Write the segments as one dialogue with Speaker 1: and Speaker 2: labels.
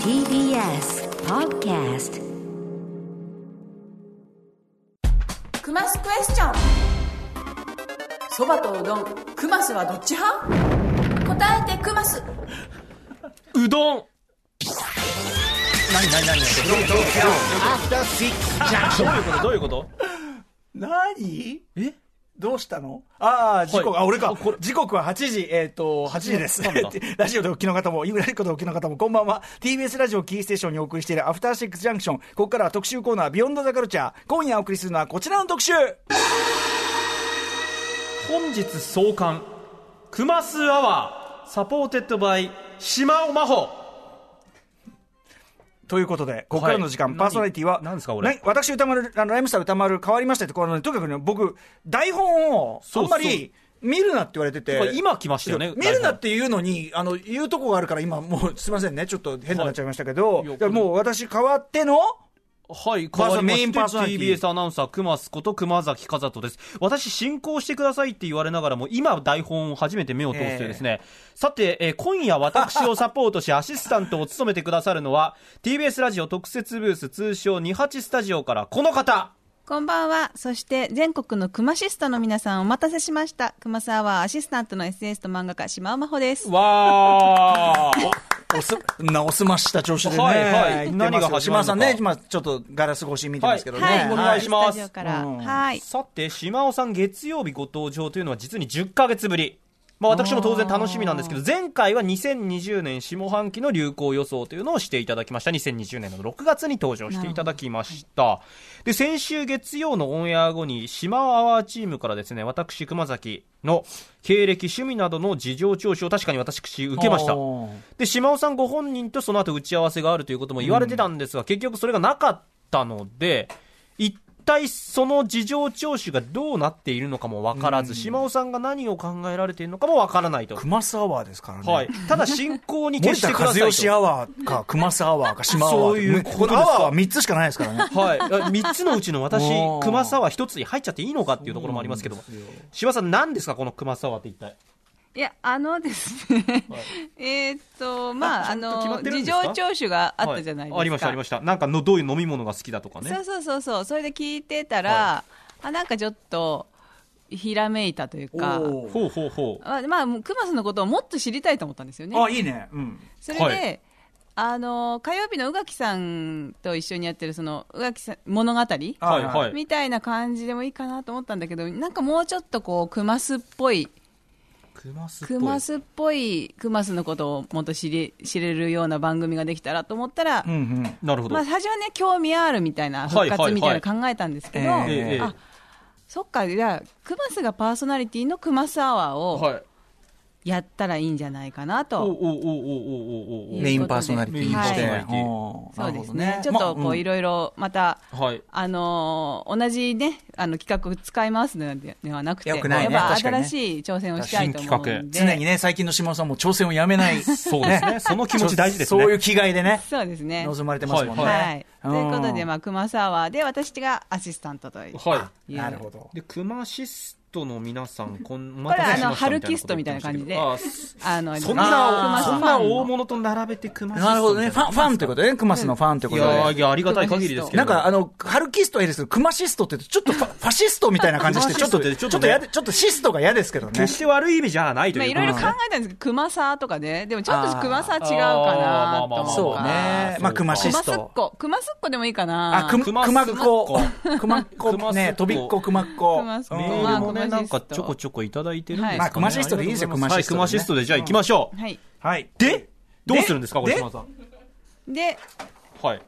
Speaker 1: TBS Podcast
Speaker 2: クマスクエスチョンそばとうどんクマスはどっち派答えてクマス
Speaker 3: うどんどういうこと
Speaker 4: 何えどうしたのああ、時刻、
Speaker 3: はい
Speaker 4: あ、俺か
Speaker 3: あこれ。
Speaker 4: 時刻は8時、えっ、と、8時です
Speaker 3: なんだ。
Speaker 4: ラジオでお聞きの方も、ゆらりことお聞きの方も、こんばんは。TBS ラジオキーステーションにお送りしているアフターシックスジャンクション。ここからは特集コーナー、ビヨンドザカルチャー。今夜お送りするのはこちらの特集
Speaker 3: 本日創刊クマスアワーサポーテッドバイ島尾真帆
Speaker 4: ということで、ここからの時間、
Speaker 3: はい
Speaker 4: パーソナリティは、
Speaker 3: 何何ですか俺
Speaker 4: な私歌丸、あの、ライムスター歌丸変わりましたって、この、とにかくね、僕、台本を、あ
Speaker 3: そうん
Speaker 4: ま
Speaker 3: そう
Speaker 4: り、見るなって言われて
Speaker 3: こ
Speaker 4: て
Speaker 3: れ。今来ましたよね
Speaker 4: 見る
Speaker 3: 台
Speaker 4: なっ
Speaker 3: 本
Speaker 4: ていうのに、あの、言うとこがあるから、今、もう、すいませんね、ちょっと変になっちゃいましたけど、
Speaker 3: いいや
Speaker 4: いやもう私変わっての、
Speaker 3: はい、
Speaker 4: パ
Speaker 3: 変わ
Speaker 4: ーソ
Speaker 3: りま
Speaker 4: メインパーソナリ
Speaker 3: し
Speaker 4: テ
Speaker 3: て
Speaker 4: ィ
Speaker 3: TBS アナウンサー、熊須こと熊崎和人です。私、進行してくださいって言われながらも、今、台本を初めて目を通してですね、さて、えー今夜私をサポートし、アシスタントを務めてくださるのは、TBS ラジオ特設ブース、通称28スタジオから、この方
Speaker 5: こんばんは。そして全国のクマシストの皆さんお待たせしました。クマスアワーアシスタントの SNS と漫画家島尾真帆です。
Speaker 3: わー
Speaker 4: おす、な、おすました調子でね。
Speaker 3: はいはい
Speaker 4: 言ってますよ
Speaker 3: 何が始まるのか
Speaker 4: 島さんね、今、ちょっとガラス越し見てますけどね。
Speaker 3: はいお願いします
Speaker 5: スタジオから
Speaker 4: うん
Speaker 5: はい。
Speaker 3: さて、島尾さん、月曜日ご登場というのは実に10ヶ月ぶり。まあ私も当然楽しみなんですけど、前回は2020年下半期の流行予想というのをしていただきました。2020年の6月に登場していただきました。で、先週月曜のオンエア後に、島尾アワーチームからですね、私、熊崎の経歴、趣味などの事情聴取を確かに私受けました。
Speaker 4: おー
Speaker 3: で、島尾さんご本人とその後打ち合わせがあるということも言われてたんですが、結局それがなかったので、一体その事情聴取がどうなっているのかもわからず、島尾さんが何を考えられているのかもわからないと。
Speaker 4: 熊須アワーですからね。
Speaker 3: はい。ただ進行に徹
Speaker 4: 森
Speaker 3: して
Speaker 4: 田
Speaker 3: くだ
Speaker 4: 和
Speaker 3: さい
Speaker 4: 義ア
Speaker 3: と。
Speaker 4: ワーか、熊須アワーか、島アワー
Speaker 3: そういうことです
Speaker 4: アワーは3つしかないですからね。
Speaker 3: はい、3つのうちの 私
Speaker 4: お、ー
Speaker 3: 熊沢1つに入っちゃっていいのかっていうところもありますけども、島尾さん、何ですか、この熊沢って一体。
Speaker 5: いや、あのですね。 えーっと、まあ、
Speaker 3: あ
Speaker 5: あ
Speaker 3: ちゃんと決まっ
Speaker 5: の、
Speaker 3: てるん
Speaker 5: 事
Speaker 3: で
Speaker 5: 情
Speaker 3: すか
Speaker 5: 聴取があったじゃないですか。
Speaker 3: はいありました、ありました。なんかの、どういう飲み物が好きだとかね。
Speaker 5: そうそうそうそう。それで聞いてたら、
Speaker 3: は
Speaker 5: あ、なんかちょっと、ひらめいたというか、
Speaker 4: おー
Speaker 3: ほうほうほう。
Speaker 5: あまあ、もうクマスのことをもっと知りたいと思ったんですよね。
Speaker 4: あ、いいね。うん。
Speaker 5: それで、
Speaker 3: はい
Speaker 5: あの火曜日の宇垣さんと一緒にやってるその宇垣さん物語
Speaker 3: はいはい
Speaker 5: みたいな感じでもいいかなと思ったんだけどなんかもうちょっとこうクマスっぽい
Speaker 3: 熊須っぽい
Speaker 5: クマスっぽいクマスのことをもっと知り知れるような番組ができたらと思ったら、
Speaker 4: うんうん。
Speaker 3: なるほど。
Speaker 5: まあ、初めね興味あるみたい
Speaker 3: はい
Speaker 5: な復
Speaker 3: はい
Speaker 5: 活みたいなの考えたんですけど、
Speaker 4: はい
Speaker 3: ええええ
Speaker 5: あそっかじゃあクマスがパーソナリティのクマスアワーを
Speaker 3: はい。
Speaker 5: やったらいいんじゃないかなと、
Speaker 3: おうおうおうおうおうおうおう
Speaker 4: メインパーソナリティにして。
Speaker 3: はい
Speaker 4: おー
Speaker 5: そうですね
Speaker 4: なるほど
Speaker 5: ちょっとこ
Speaker 4: まあ
Speaker 5: ういろいろまた、
Speaker 3: はい
Speaker 5: あのー同じねあの企画使い回すのではなくて
Speaker 4: よくないね
Speaker 5: やっぱ
Speaker 4: 確かにね
Speaker 5: 新しい挑戦をしたいと思うんで
Speaker 4: 常にね、最近の島尾さんも挑戦をやめ ない。
Speaker 3: そうですね。その気持ち大事ですね。
Speaker 4: そういう気概でね、
Speaker 5: そうですね
Speaker 4: 望まれてますもんね。
Speaker 5: はい、
Speaker 4: ん
Speaker 5: ということで、まあ、熊沢で私がアシスタントという、
Speaker 3: は
Speaker 4: なるほど
Speaker 3: い。。で、クマシストの皆さん、こ ん、お
Speaker 5: これはあの
Speaker 3: 待たせしました
Speaker 5: ハルキストみたいな感じで
Speaker 3: あーそ
Speaker 5: あの
Speaker 3: そん
Speaker 5: 熊
Speaker 3: な、
Speaker 5: 沢
Speaker 3: そん
Speaker 5: ファ
Speaker 3: な
Speaker 5: ンの
Speaker 3: 大物と並べてクマシスト。
Speaker 4: なるほどね。ファン、ファンということでね、クマスのファンという
Speaker 3: い
Speaker 4: こと
Speaker 3: やーい
Speaker 4: で。
Speaker 3: や、ありがたい限りですけど。
Speaker 4: なんか、あの、ハルキストはいいですけど、クマシストって言うとちょっとファファシストみたいな感じして、
Speaker 3: ク
Speaker 4: ちょ
Speaker 3: マシ
Speaker 4: っ
Speaker 3: スト
Speaker 4: と、
Speaker 3: って
Speaker 4: ちょ
Speaker 3: ちょ
Speaker 4: っ
Speaker 3: っと
Speaker 4: と
Speaker 3: ね
Speaker 4: やで、ちょっとシストが嫌ですけどね
Speaker 3: 決。して悪い意味じゃないと
Speaker 5: まあ、
Speaker 3: いう
Speaker 5: い
Speaker 3: か。
Speaker 5: ろいろ考えたんですけど、熊沢とかね、でもちょっと熊沢違うか
Speaker 3: あ
Speaker 5: な
Speaker 3: ー
Speaker 5: と思
Speaker 4: そうね。まあ、クマシ
Speaker 5: 熊
Speaker 4: ス
Speaker 5: すっ
Speaker 4: ト。
Speaker 5: こ、熊すっこでもいいかな。
Speaker 4: あ、く
Speaker 3: 熊
Speaker 4: ま、
Speaker 3: すっ
Speaker 4: くまっ
Speaker 3: こ
Speaker 4: こ。くまっこね、
Speaker 3: 熊すっこ
Speaker 4: 飛びっこ、くまっこ。
Speaker 5: 熊すっこ
Speaker 3: メ
Speaker 4: うん
Speaker 3: ールもね、
Speaker 5: ま
Speaker 3: な
Speaker 5: あ
Speaker 3: んかちょこちょこいただいてるんですかね。
Speaker 5: ま
Speaker 4: あクマシストでいいですよ
Speaker 3: ありがとうござます
Speaker 4: クマシスト
Speaker 3: はいクマシストで
Speaker 4: で
Speaker 3: じゃあ行きましょう。
Speaker 5: はい、
Speaker 4: はい。
Speaker 3: で、どうするんですか、これ、
Speaker 4: で
Speaker 3: 島田さん。
Speaker 5: で、
Speaker 3: はい。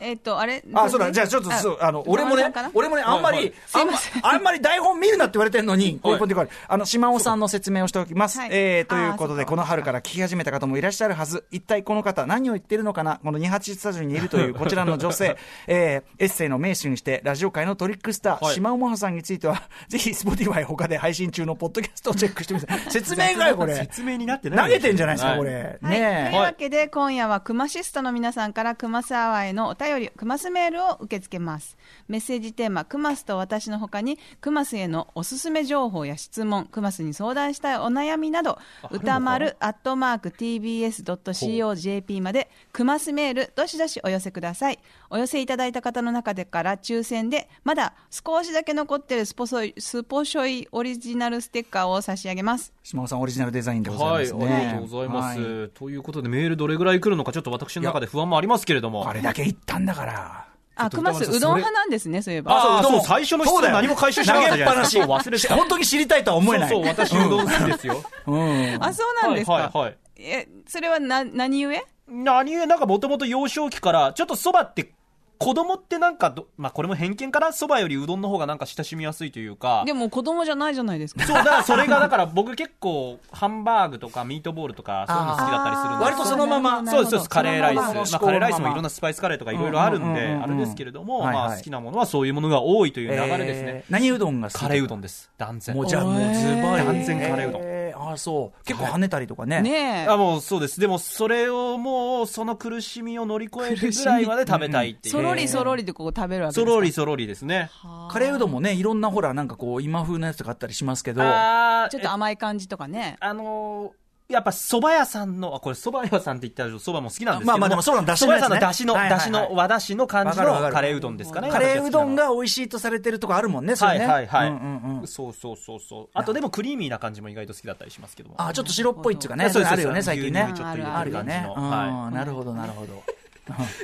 Speaker 5: えっ、と、あれ
Speaker 4: あ、そうだ、じゃあちょっと、そう、あの、俺もね、俺もね、あんま
Speaker 3: はいは
Speaker 4: り
Speaker 3: い、
Speaker 4: あんまあんまり台本見るなって言われてるのに、
Speaker 3: はい
Speaker 4: こういうことであの、島尾さんの説明をしておきます。
Speaker 5: はい
Speaker 4: えー、とい
Speaker 5: あ
Speaker 4: う
Speaker 5: ー
Speaker 4: こと
Speaker 5: そ
Speaker 4: で、
Speaker 5: っか
Speaker 4: この春から聞き始めた方もいらっしゃるはず、一体この方、何を言ってるのかな、この28スタジオにいるという、こちらの女性、 えー、エッセイの名手にして、ラジオ界のトリックスタ
Speaker 3: は
Speaker 4: ー、
Speaker 3: い
Speaker 4: 島尾真帆さんについては、ぜひ、スポティファイ他で配信中のポッドキャストをチェックし てみて、説明がよ、これ。
Speaker 3: 説明になってない。
Speaker 4: 投げてんじゃないですか、
Speaker 3: は
Speaker 4: こ。れ。
Speaker 5: はい、と
Speaker 4: ね
Speaker 5: いうわけで、今夜はクマシストの皆さんからクマスアワーへのお便便り、クマスメールを受け付けます。メッセージテーマ、クマスと私の他に、クマスへのおすすめ情報や質問、クマスに相談したいお悩みなど、歌丸アットマーク tbs.co.jp まで、クマスメール、どしどしお寄せください。お寄せいただいた方の中でから抽選で、まだ少しだけ残ってるスポソイ、スポショイオリジナルステッカーを差し上げます。
Speaker 4: 島尾さんオリジナルデザインでござい
Speaker 3: は
Speaker 4: ま
Speaker 3: い、
Speaker 4: すね。
Speaker 3: ありがとうございます、
Speaker 4: は
Speaker 3: ということで、メールどれぐらい来るのか、ちょっと私の中で不安もありますけれども。
Speaker 4: あれだけ言ったんだから。
Speaker 5: あ、
Speaker 3: ちょっと歌
Speaker 5: クマ
Speaker 3: 丸さん
Speaker 5: ス、うどん
Speaker 3: それ
Speaker 5: 派なんですね、そういえば。
Speaker 3: あそう
Speaker 4: ど
Speaker 3: う
Speaker 4: う
Speaker 3: ど
Speaker 4: も
Speaker 3: ん最初の質
Speaker 4: そうだ
Speaker 3: 問
Speaker 4: よ
Speaker 3: 何も回収しなかったじゃないですか。
Speaker 4: 投げっぱなし
Speaker 3: そう忘れてた。
Speaker 4: 本当に知りたいとは思えない。
Speaker 3: そうそう、私うどん好きですよ。
Speaker 4: うん。
Speaker 5: あ、そうなんです か。
Speaker 3: はいはいはい
Speaker 5: え、それはな、何故
Speaker 3: 何故なんかもともと幼少期から、ちょっとそばって、子供ってなんかど、まあこれも偏見からそばよりうどんの方がなんか親しみやすいというか。
Speaker 5: でも子供じゃないじゃな いですか。
Speaker 3: そう、だからそれが、だから僕結構、ハンバーグとかミートボールとか、そういうの好きだったりするんです
Speaker 4: 割とそのまま
Speaker 3: そうですそうです、カレーライス。
Speaker 4: そのまま
Speaker 3: まあ、
Speaker 4: 思考
Speaker 3: カレーライス
Speaker 4: の
Speaker 3: も
Speaker 4: まま
Speaker 3: いろんなスパイスカレーとかいろいろあるんで、
Speaker 4: うんうんうんうん
Speaker 3: あれですけれども、
Speaker 4: はいはい
Speaker 3: まあ、好きなものはそういうものが多いという流れですね。
Speaker 4: えー何うどんが好き
Speaker 3: カレーうどんです。断然。
Speaker 4: もうじゃあもうズバリ。
Speaker 3: 断然カレーうどん
Speaker 4: えーあーそう。結構跳ねたりとかね。
Speaker 5: ねえ。
Speaker 3: あもうそうです。でも、それをもう、その苦しみを乗り越えるぐらいまで食べたいっていう。
Speaker 5: そろりそろりでここ食べるわけです
Speaker 3: そ
Speaker 5: か
Speaker 3: ろりそろりですね。
Speaker 4: カレーうどんもね、いろんなほら、なんかこう、今風のやつとかあったりしますけど、
Speaker 3: あー
Speaker 5: ちょっと甘い感じとかね。
Speaker 3: あのーやっぱ蕎麦屋さんの、あ、これ蕎麦屋さんって言ったら�ばも好きなんですけども
Speaker 4: まあまあでも蕎麦の出汁
Speaker 3: 蕎麦
Speaker 4: の
Speaker 3: 屋
Speaker 4: やつ
Speaker 3: さん
Speaker 4: ね
Speaker 3: の出汁の、
Speaker 4: はいはいはい
Speaker 3: 出汁の、和出汁の感
Speaker 4: わ
Speaker 3: じ
Speaker 4: かるわか
Speaker 3: の
Speaker 4: る
Speaker 3: カレーうどんですかね。
Speaker 4: カレーうどん
Speaker 3: 私
Speaker 4: が美味しいとされてるとこあるもんね、そ
Speaker 3: 好き
Speaker 4: れ
Speaker 3: な
Speaker 4: ね。
Speaker 3: のは、はいはいはい、
Speaker 4: うんうんうん
Speaker 3: そうそうそうそう。あとでもクリーミーな感じも意外と好きだったりしますけども。
Speaker 4: あー、ちょっと白っぽいっていうかね、
Speaker 3: あ
Speaker 4: そ
Speaker 3: そう
Speaker 4: れ
Speaker 3: です
Speaker 4: あるよね、最近ね
Speaker 3: 牛乳。ちょっと入れてる
Speaker 4: あるよね
Speaker 3: 感。じの
Speaker 4: あ
Speaker 3: は
Speaker 4: ーなるほど、なるほど。
Speaker 5: はい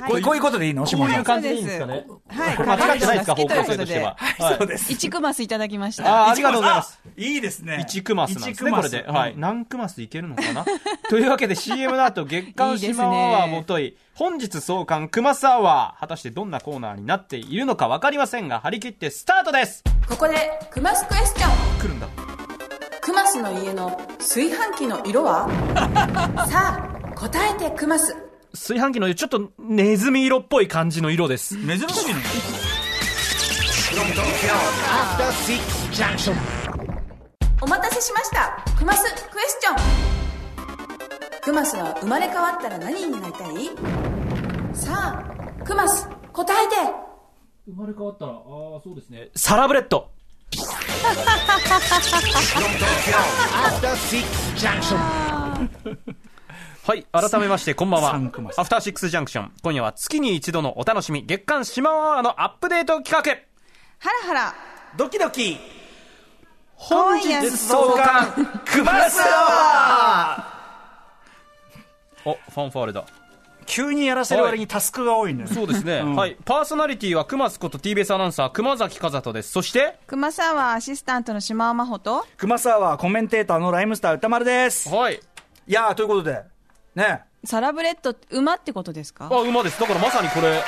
Speaker 4: こういうこういうことでいいの
Speaker 3: い。こ
Speaker 4: 島
Speaker 3: うい
Speaker 4: 田さ
Speaker 3: うん感じでいいんですかね。
Speaker 5: はい、
Speaker 3: これ間違ってないですか、
Speaker 5: カ
Speaker 3: 方
Speaker 5: レーうどんが
Speaker 3: 向
Speaker 5: 好き
Speaker 3: 性
Speaker 5: と
Speaker 3: と
Speaker 5: いう
Speaker 3: しては。
Speaker 5: こ
Speaker 3: はい
Speaker 4: そう。です。
Speaker 5: とで、1クマスいただきまし
Speaker 3: あ
Speaker 5: た。
Speaker 3: ーありがとうございます。
Speaker 4: あ。いいですね。
Speaker 3: 一クマスなんですね、
Speaker 4: 一
Speaker 3: こ
Speaker 4: ク
Speaker 3: れ
Speaker 4: マス
Speaker 3: で。はい。。何クマスいけるのかな というわけで CM の後、月
Speaker 5: い
Speaker 3: 刊
Speaker 5: いです
Speaker 3: シ
Speaker 5: ね
Speaker 3: マアワーもとい、本日創刊クマスアワー、果たしてどんなコーナーになっているのかわかりませんが、張り切ってスタートです
Speaker 2: ここでクマスクエスチョン
Speaker 3: 来るんだ。
Speaker 2: クマスの家の炊飯器の色はさあ答えてクマス
Speaker 3: 炊飯器のちょっとネズミ色っぽい感じの色です。
Speaker 4: 珍しいね。
Speaker 2: お待たせしましたクマスクエスチョンクマスは生まれ変わったら何になりたいさあクマス答えて
Speaker 3: 生まれ変わったら、ああ、そうですね。サラブレッド。 はい、改めまして、こんばんは。
Speaker 4: サンクマス
Speaker 3: アフターシックスジャンクション。今夜は月に一度のお楽しみ、月刊シマワアワーのアップデート企画。
Speaker 5: ハラハラ。
Speaker 4: ドキドキ。
Speaker 3: 本日創刊、クマスアワーお、ファンファーレだ。
Speaker 4: 急にやらせる割にタスクが多いね。
Speaker 3: そうですね。
Speaker 4: うん
Speaker 3: はい。パーソナリティはクマスこと TBS アナウンサー、熊崎和人です。そして、
Speaker 5: クマサワーアシスタントの島尾真帆と、
Speaker 4: 熊沢はコメンテーターのライムスター歌丸です。
Speaker 3: はい。
Speaker 4: いやー、ということで、ね。
Speaker 5: サラブレッドって馬ってことですか
Speaker 3: あ、馬です。だからまさにこれ、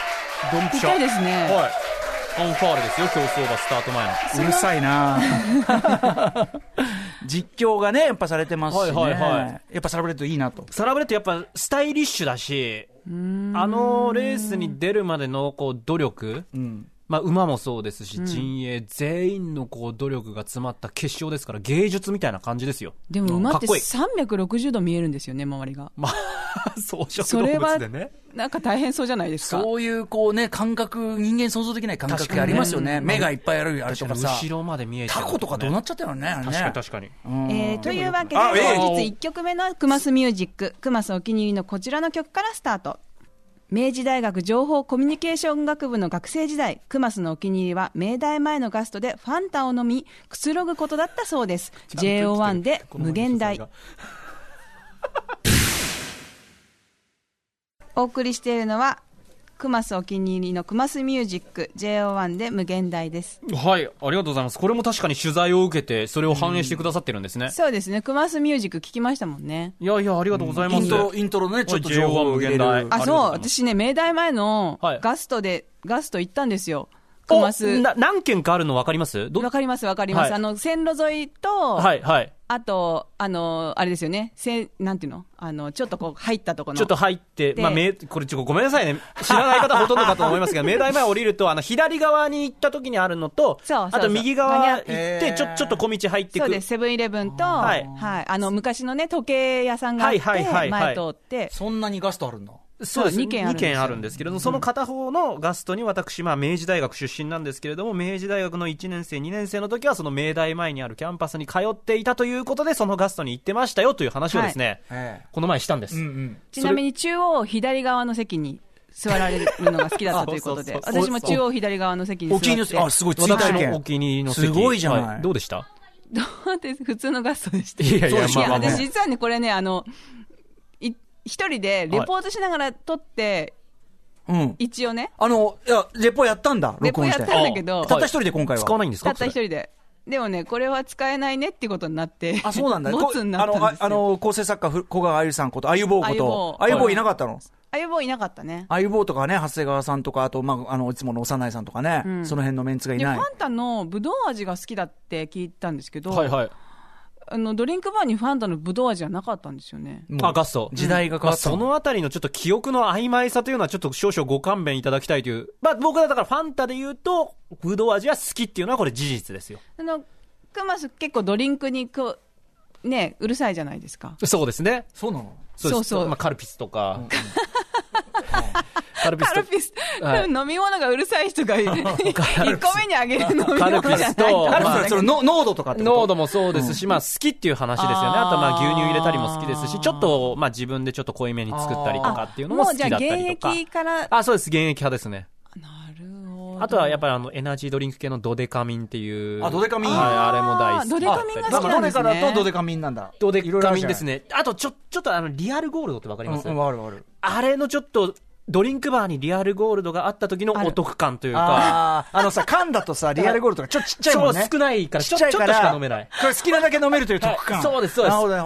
Speaker 3: ドンピ
Speaker 5: ぴっ
Speaker 3: シ
Speaker 5: た
Speaker 3: ャ。
Speaker 5: りですね。
Speaker 3: はい。ファンファーレですよ、競走馬スタート前の。
Speaker 4: うるさいな 実況がね、やっぱされてますしね。
Speaker 3: はいはいはい
Speaker 4: やっぱサラブレッドいいなと。
Speaker 3: サラブレッドやっぱスタイリッシュだし、あのレースに出るまでのこう努力、
Speaker 4: うん。
Speaker 3: まあ、馬もそうですし、陣営全員のこう努力が詰まった決勝ですから、芸術みたいな感じですよ。
Speaker 5: でも馬
Speaker 3: か
Speaker 5: っ
Speaker 3: ってこいい。
Speaker 5: 360度見えるんですよね、周りが。
Speaker 3: まあ、草食
Speaker 5: それ
Speaker 3: 動
Speaker 5: は
Speaker 3: 物でね。、
Speaker 5: なんか大変そうじゃないですか。
Speaker 4: そういうこうね、感覚、人間想像できない感覚
Speaker 3: 確かにね
Speaker 4: ありますよね。目がいっぱいあるあれとかさ。
Speaker 3: 後ろまで見えちゃ
Speaker 4: タ
Speaker 3: う
Speaker 4: コとかどうなっちゃったよね、あれね。
Speaker 3: 確かに確かに。
Speaker 5: えーというわけで
Speaker 4: あええ
Speaker 5: 本日1曲目の「クマスミュージック」クマスお気に入りのこちらの曲からスタート明治大学情報コミュニケーション学部の学生時代クマスのお気に入りは明大前のガストでファンタを飲みくつろぐことだったそうです JO1 で「無限大」お送りしているのはクマスお気に入りのクマスミュージック JO1 で「無限大」です
Speaker 3: はい、ありがとうございます。これも確かに取材を受けて、それを反映してくださってるんですね。
Speaker 5: そうですねクマスミュージック聞きましたもんね
Speaker 3: いやいや、ありがとうござい
Speaker 4: イ
Speaker 3: ま
Speaker 4: ン
Speaker 3: す。
Speaker 4: トロ、イントロね、ちょっと情報を入れ
Speaker 3: はい
Speaker 4: る。
Speaker 5: あ、
Speaker 3: ありがとう
Speaker 5: そう
Speaker 3: ご。ざいます
Speaker 5: 私ね、明大前の
Speaker 3: はい
Speaker 5: ガストで、ガスト行ったんですよ。
Speaker 3: お
Speaker 5: クマス。
Speaker 3: な何件かあるの分かりますど
Speaker 5: わかります、わかりま
Speaker 3: は
Speaker 5: す。
Speaker 3: い
Speaker 5: あの、線路沿いと、
Speaker 3: はい、はい。
Speaker 5: あと、あの、あれですよね、せんなんていうのあの、ちょっとこう、入ったとこの。
Speaker 3: ちょっと入って、
Speaker 5: で
Speaker 3: まあ、めこれちょっとごめんなさいね。知らない方ほとんどかと思います が、明大前降りると、あの、左側に行った時にあるのと、
Speaker 5: そうそうそう
Speaker 3: あと右側
Speaker 5: 間に合
Speaker 3: 行
Speaker 5: う
Speaker 3: って、ちょ、ちょっと小道入って
Speaker 5: そ
Speaker 3: く
Speaker 5: うで
Speaker 3: る
Speaker 5: す、。セブンイレブンと、
Speaker 3: は
Speaker 5: はいい。あの、昔のね、時計屋さんがあって、
Speaker 3: はいはいはいはい
Speaker 5: 前通って、
Speaker 4: そんなにガストあるんだ。
Speaker 3: そうです
Speaker 5: 二件あ
Speaker 3: 二
Speaker 5: るんですよ
Speaker 3: 件あるんですけれども、その片方のガストに私、まあ、明治大学出身なんですけれども、明治大学の1年生、2年生の時は、その明大前にあるキャンパスに通っていたということで、そのガストに行ってましたよという話をですね、
Speaker 4: え
Speaker 3: この前したんです。
Speaker 4: えうんうん
Speaker 5: ちなみに中央左側の席に座られるのが好きだったということで
Speaker 3: あ、 そうそうそう
Speaker 5: 私も中央左側の席に座
Speaker 6: お
Speaker 5: っ
Speaker 6: 気に入りの
Speaker 5: て
Speaker 6: 席、、あ、すごい、追
Speaker 3: 私
Speaker 6: 体
Speaker 3: のお
Speaker 6: 験。
Speaker 3: 気に入りの席
Speaker 6: すごいじゃない
Speaker 3: どうでした
Speaker 5: どうです普通のガストでした。
Speaker 3: いやい
Speaker 6: そう
Speaker 3: や
Speaker 6: で、しょ
Speaker 3: まあまあ
Speaker 5: い
Speaker 3: ま
Speaker 5: や
Speaker 3: あ
Speaker 5: 私。実はねこれねあのい一人でレポートしながら撮って、
Speaker 6: うん。
Speaker 5: 一応ね
Speaker 6: あの、いや、レポやったんだ、
Speaker 5: レ
Speaker 6: 録
Speaker 5: ポ
Speaker 6: 音
Speaker 5: やっ
Speaker 6: して。
Speaker 5: たんだけど
Speaker 6: たった一人で今回は。
Speaker 3: 使わないんです
Speaker 5: た
Speaker 3: か
Speaker 5: った一
Speaker 3: それ
Speaker 5: 人ででもねこれは使えないねってことになって
Speaker 6: あ、そうなん だ。
Speaker 5: ボツになったんです
Speaker 6: こ
Speaker 5: よ
Speaker 6: あの、ああの構成作家、ふ古川あゆりさんこと、あゆぼうこ
Speaker 5: あゆぼ
Speaker 6: と、
Speaker 5: う
Speaker 6: あゆぼういなかったの
Speaker 5: あゆぼういなかったね
Speaker 6: あゆぼうとかね、長谷川さんとか、あと、まあ、あの、いつもの幼いさんとかね、
Speaker 5: ん
Speaker 6: その辺のメンツがい
Speaker 5: でフ
Speaker 6: ない
Speaker 5: ァン。タのぶどう味が好きだって聞いたんですけど、
Speaker 3: はいはい。
Speaker 5: あのドリンクバーにファンタのぶどう味はなかったんですよね
Speaker 6: もう
Speaker 3: あ、ガスト。
Speaker 6: 時代が変
Speaker 3: ま
Speaker 6: わ
Speaker 3: あ、
Speaker 6: った
Speaker 3: そ
Speaker 6: の。
Speaker 3: のあたりのちょっと記憶の曖昧さというのはちょっと少々ご勘弁いただきたいという。まあ僕はだからファンタで言うと、ぶどう味は好きっていうのはこれ事実ですよ。
Speaker 5: あのクマス結構ドリンクにこうねうるさいじゃないですか
Speaker 3: そうですね。
Speaker 6: そうなの
Speaker 3: そう
Speaker 5: そ
Speaker 3: そうう
Speaker 5: そう
Speaker 3: まあ、カルピスとか。 カルピス
Speaker 5: カ
Speaker 3: と
Speaker 5: ルピス、
Speaker 3: はい
Speaker 5: 飲み物がうるさい人がいる1個目にあげる飲み物じゃない
Speaker 3: カルピスと
Speaker 6: あ
Speaker 5: あ
Speaker 6: る
Speaker 5: る
Speaker 6: ん
Speaker 3: ま
Speaker 6: ですよそれ、の濃度とかってこと
Speaker 3: 濃度もそうですし、まあ好きっていう話ですよね。あとまあ
Speaker 5: あー
Speaker 3: 牛乳入れたりも好きですし、ちょっとまあ自分でちょっと濃いめに作ったりとかっていうのも
Speaker 5: も
Speaker 3: 好
Speaker 5: う
Speaker 3: き
Speaker 5: じ
Speaker 3: だ
Speaker 5: ゃ
Speaker 3: った
Speaker 5: あ現
Speaker 3: りとか。
Speaker 5: 役から
Speaker 3: あ、そうです。現役派ですね。
Speaker 5: なるほど
Speaker 3: あとはやっぱりあのエナジードリンク系のドデカミンっていう。
Speaker 6: あドデカミン
Speaker 3: はい、あれも大好き。
Speaker 5: ドデカミンが
Speaker 6: な
Speaker 5: 好
Speaker 6: んか
Speaker 5: きな
Speaker 6: ど
Speaker 5: んで
Speaker 6: れ
Speaker 5: す
Speaker 6: か
Speaker 5: ね
Speaker 6: だとどでかみんなんだ。
Speaker 3: ドデ
Speaker 6: いろいろあ
Speaker 3: カ
Speaker 6: る
Speaker 3: ミ
Speaker 6: じ
Speaker 3: ン
Speaker 6: ゃない
Speaker 3: ですね。あとちょ、ちょっとあの、リアルゴールドってわかり
Speaker 6: うん、
Speaker 3: ます、
Speaker 6: うんわかるわかる。
Speaker 3: あれのちょっと、ドリンクバーにリアルゴールドがあった時のお得感というか、
Speaker 6: ああ、あのさ、缶だとさ、リアルゴールドがちょっとちっちゃい
Speaker 3: 超
Speaker 6: もんね。
Speaker 3: 少ないから、ち
Speaker 6: ち
Speaker 3: ょ
Speaker 6: っちゃい
Speaker 3: ちょ
Speaker 6: か
Speaker 3: っと
Speaker 6: ら、
Speaker 3: しか飲めない。
Speaker 6: これ好きなだけ飲めるという特
Speaker 3: は
Speaker 6: 感。
Speaker 3: いそうですそうです
Speaker 6: なるほど、なる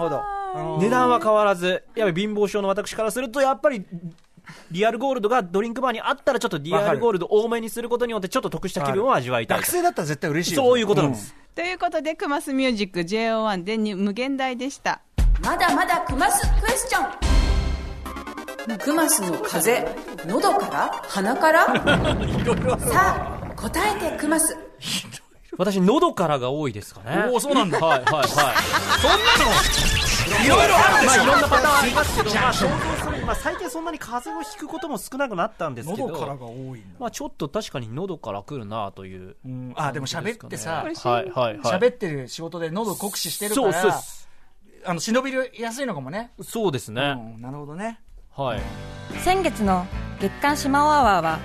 Speaker 6: ほど。
Speaker 3: 値段は変わらず、やっぱり貧乏症の私からすると、やっぱり、リアルゴールドがドリンクバーにあったら、ちょっとリアルゴールド多めにすることによって、ちょっと得した気分を味わいたい
Speaker 6: 学
Speaker 3: と。
Speaker 6: 生だったら絶対嬉しいよ。
Speaker 3: そういうことなんで
Speaker 6: ん
Speaker 3: す。
Speaker 5: ということでクマスミュージック JO1 でに無限大でした
Speaker 2: まだまだクマスクエスチョンクマスの風邪喉から鼻からさあ答えてクマス
Speaker 3: 私、喉からが多いですかね。
Speaker 6: おーそうなんだ
Speaker 3: はいはいはい。
Speaker 6: いろいろあるで
Speaker 3: まあ、
Speaker 6: し
Speaker 3: い
Speaker 6: ょ
Speaker 3: ろんなパターンありますけど、まあ、想像するに、まあ、最近そんなに風邪をひくことも少なくなったんですけど、
Speaker 6: 多いんだ。
Speaker 3: まあ、ちょっと確かに喉から来るなという。
Speaker 6: うんあ、でも喋ってさ、
Speaker 3: はいはいはい。
Speaker 6: 喋ってる仕事で喉酷使してるか
Speaker 3: そうそう
Speaker 6: ら、あの、忍びやすいのかもね。
Speaker 3: そうです
Speaker 6: う
Speaker 3: ね。
Speaker 6: ん、なるほどね。
Speaker 3: はい。
Speaker 7: 先月の月刊シマオアワーは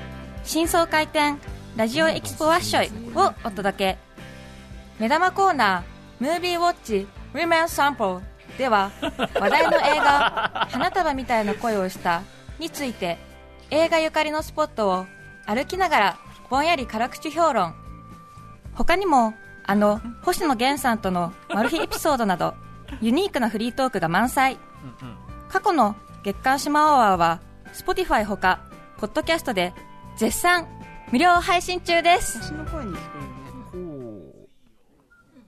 Speaker 7: 新装開店ラジオエキスポワッショイをお届け目玉コーナームービーウォッチ Women Sample では話題の映画花束みたいな恋をしたについて映画ゆかりのスポットを歩きながらぼんやり辛口評論他にもあの星野源さんとのマル秘エピソードなどユニークなフリートークが満載過去の月刊シマアワーは Spotify ほかポッドキャストで絶賛無料配信中です
Speaker 5: 私の声に聞こえるね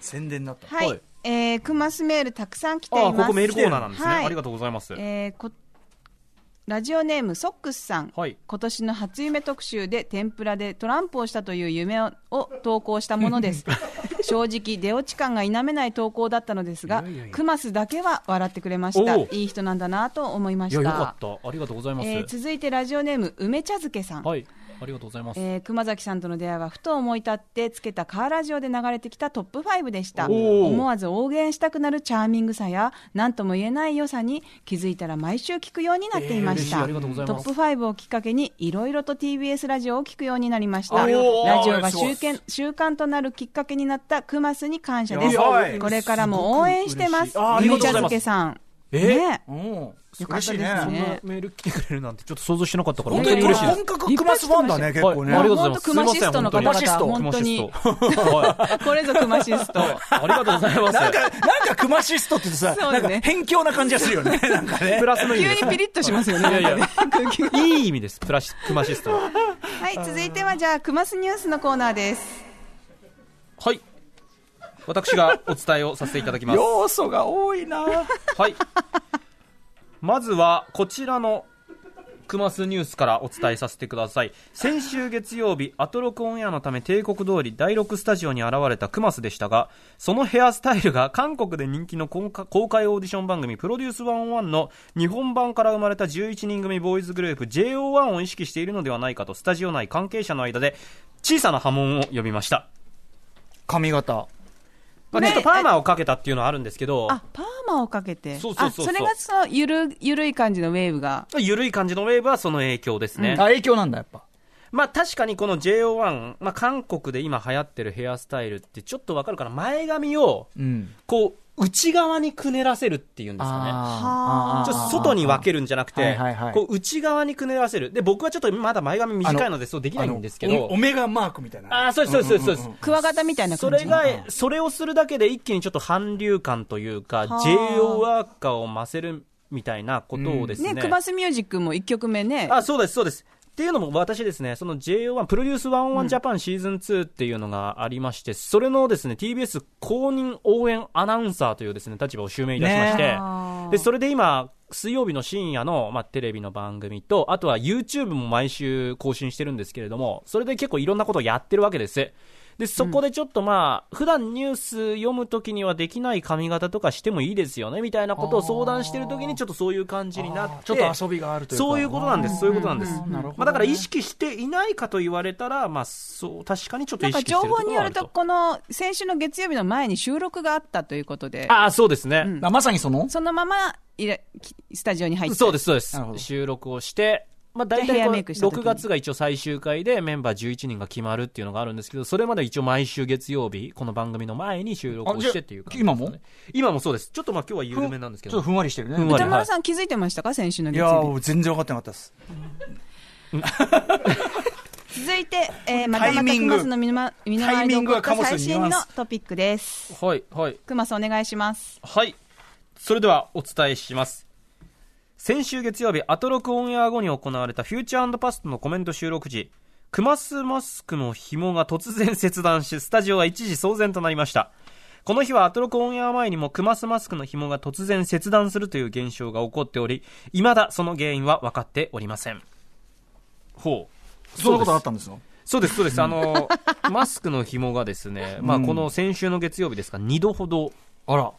Speaker 6: 宣伝だった。
Speaker 5: はい、
Speaker 3: はい
Speaker 5: えークマスメールたくさん来てい
Speaker 3: あ
Speaker 5: ま
Speaker 3: あ、
Speaker 5: す
Speaker 3: ここメールコーナーなんですね。
Speaker 5: はい
Speaker 3: ありがとうございます。
Speaker 5: えーこラジオネームソックスさん、
Speaker 3: はい
Speaker 5: 今年の初夢特集で天ぷらでトランプをしたという夢をを投稿したもの です正直出落ち感が否めない投稿だったのですがクマスだけは笑ってくれました
Speaker 3: おう
Speaker 5: いい人なんだなと思いま
Speaker 3: い
Speaker 5: し
Speaker 3: や、
Speaker 5: た
Speaker 3: よかった。ありがとうございます。
Speaker 5: えー続いてラジオネーム梅茶漬けさん、
Speaker 3: はい。ありがとうございます。
Speaker 5: えー熊崎さんとの出会いはふと思い立ってつけたカーラジオで流れてきたトップ5でした
Speaker 3: おー
Speaker 5: 思わず応援したくなるチャーミングさや何とも言えない良さに気づいたら毎週聞くようになっていまし
Speaker 3: えー嬉しい
Speaker 5: た、
Speaker 3: ありがとうござい
Speaker 5: ト
Speaker 3: ます
Speaker 5: ップ5をきっかけにいろいろと TBS ラジオを聞くようになりました
Speaker 3: あ
Speaker 5: ラ
Speaker 3: り
Speaker 5: ジ
Speaker 3: がとうございます
Speaker 5: オが習慣習慣となるきっかけになったクマスに感謝です
Speaker 6: やばい
Speaker 5: これからも応援してます
Speaker 3: すごく嬉しいあーありがと
Speaker 5: 梅
Speaker 3: う
Speaker 5: 茶
Speaker 3: ござい
Speaker 5: 漬
Speaker 3: ます
Speaker 5: けさん
Speaker 3: えー
Speaker 5: ね
Speaker 6: うん。
Speaker 5: よ
Speaker 6: 嬉
Speaker 5: かっ
Speaker 6: したい
Speaker 5: で
Speaker 6: ね。
Speaker 5: す
Speaker 3: そんな
Speaker 5: ね
Speaker 3: メール来てくれるなんてちょっと想像してなかったから
Speaker 6: 本
Speaker 3: 本
Speaker 6: 当
Speaker 3: 当
Speaker 6: に
Speaker 3: に
Speaker 6: これ
Speaker 3: 嬉しいです。
Speaker 6: 本格クマスファンだね、結構ね。
Speaker 3: はいありがとうござい
Speaker 5: も
Speaker 3: ま
Speaker 5: と
Speaker 3: す
Speaker 5: クマシストの方
Speaker 6: すいません
Speaker 5: 々
Speaker 6: 本
Speaker 5: 本当に
Speaker 3: 熊シストはい
Speaker 5: これぞクマシス ト
Speaker 3: ありがとうございます。
Speaker 6: なんか、なんかクマシストってさ、
Speaker 5: そ
Speaker 6: な
Speaker 5: うね
Speaker 6: んか偏境な感じがするよね。なんかね
Speaker 3: プ。ラスの意味で
Speaker 5: 急に
Speaker 3: す。
Speaker 5: ピリッとしますよね。
Speaker 3: いやいや
Speaker 5: なんかね空気が
Speaker 3: いい意味です、プラシクマシストは。
Speaker 5: はい、続いてはじゃあ、クマスニュースのコーナーです。
Speaker 3: はい。私がお伝えをさせていただきます。
Speaker 6: 要素が多いな
Speaker 3: はい。まずは、こちらのクマスニュースからお伝えさせてください先週月曜日アトロクオンエアのため帝国通り第6スタジオに現れたクマスでしたがそのヘアスタイルが 韓国で人気の公開公開オーディション番組プロデュース101の日本版から生まれた11人組ボーイズグループ JO1 を意識しているのではないかとスタジオ内関係者の間で小さな波紋を呼びました
Speaker 4: 髪型
Speaker 3: まあ、ちょっとパーマをかけたっていうのはあるんですけど、
Speaker 5: あ、パーマをかけて。
Speaker 3: そうそうそうそう
Speaker 5: あ、それがその、ゆる、ゆるい感じのウェーブが。
Speaker 3: ゆるい感じのウェーブはその影響ですね。
Speaker 4: あ影響なんだやっぱ
Speaker 3: まあ確かにこの JO1、まあ韓国で今流行ってるヘアスタイルってちょっとわかるかな前髪を、
Speaker 4: うん
Speaker 3: こう、内側にくねらせるっていうんですかね。
Speaker 5: はあ
Speaker 4: あ
Speaker 3: ちょっと外に分けるんじゃなくて、
Speaker 4: はいはいはい
Speaker 3: こう内側にくねらせる。で、僕はちょっとまだ前髪短いのでそうできないんですけ
Speaker 4: あの
Speaker 3: ど
Speaker 4: お、メガマークみたいな
Speaker 3: ああ、そうですそうですそうです。
Speaker 5: クワガタみたいな
Speaker 3: そ
Speaker 5: 感じ。
Speaker 3: れが、それをするだけで一気にちょっと韓流感というか、JO ワーカーを増せるみたいなことをですね。
Speaker 5: ね、クマスミュージックも一曲目ね。
Speaker 3: あ、そうです、そうです。っていうのも私ですね、その JO1、プロデュース101ジャパンシーズン2っていうのがありまして、それのですね、TBS 公認応援アナウンサーというですね、立場を襲名いたしまして、で、それで今、水曜日の深夜の、まあ、テレビの番組と、あとは YouTube も毎週更新してるんですけれども、それで結構いろんなことをやってるわけです。で、そこでちょっとまあ、普段ニュース読むときにはできない髪型とかしてもいいですよね、みたいなことを相談してるときにちょっとそういう感じになって、
Speaker 4: ちょっと遊びがあるというか
Speaker 3: そういうことなんです、そういうことなんです。
Speaker 4: なるほどね
Speaker 3: まあ、だから意識していないかと言われたら、まあ、そう、確かにちょっと
Speaker 5: な
Speaker 3: 意
Speaker 5: んか
Speaker 3: 識してる
Speaker 5: 情
Speaker 3: とこ
Speaker 5: 報
Speaker 3: ろ
Speaker 5: に
Speaker 3: は
Speaker 5: よ
Speaker 3: あ
Speaker 5: る
Speaker 3: ると。
Speaker 5: と、この先週の月曜日の前に収録があったということで、
Speaker 3: ああ、そうですね。
Speaker 5: ん
Speaker 4: あまさにその
Speaker 5: そのままいれきスタジオに入って、
Speaker 3: そうです、そうです
Speaker 4: なるほ。ど
Speaker 3: 収録をして、まあ、大
Speaker 5: じゃあヘ
Speaker 3: 体
Speaker 5: ア
Speaker 3: こう
Speaker 5: メイクした時に
Speaker 3: 6月が一応最終回でメンバー11人が決まるっていうのがあるんですけど、それまで一応毎週月曜日、この番組の前に収録をしてっていう感じですね、
Speaker 4: あじゃあ今も
Speaker 3: 今もそうです。ちょっとまあ今日は緩めなんですけ
Speaker 4: ちょっと
Speaker 3: ど。
Speaker 4: ふんわりしてるね
Speaker 3: ふんわり
Speaker 5: 歌丸さん、気づいてましたか、先週の
Speaker 4: い
Speaker 5: 月
Speaker 4: や
Speaker 5: 曜
Speaker 4: ー全然分かってなかったです
Speaker 5: 日。続いて、えー、また
Speaker 4: タ
Speaker 5: ま
Speaker 4: イ
Speaker 5: た
Speaker 4: ミ
Speaker 5: ク
Speaker 4: ング
Speaker 5: マスの身のま身の回り
Speaker 4: タイ
Speaker 5: で
Speaker 4: ミ
Speaker 5: 起
Speaker 4: ン
Speaker 5: こ
Speaker 4: グが
Speaker 5: った
Speaker 4: カモス
Speaker 5: 最
Speaker 4: に似合
Speaker 5: 新
Speaker 4: わ
Speaker 5: の
Speaker 4: す
Speaker 5: トピックです。
Speaker 3: はい、はい。
Speaker 5: クマスお願いします。
Speaker 3: はい。それではお伝えします。先週月曜日、アトロクオンエア後に行われたフューチャーパストのコメント収録時、クマスマスクの紐が突然切断し、スタジオは一時騒然となりました。この日はアトロクオンエア前にもクマスマスクの紐が突然切断するという現象が起こっており、未だその原因は分かっておりません。ほう。
Speaker 4: そんなことあ
Speaker 3: です
Speaker 4: ったんですよ
Speaker 3: そうです、そうです。あ の、マスクの紐がですね、まあ、この先週の月曜日ですか、2度ほど、あら、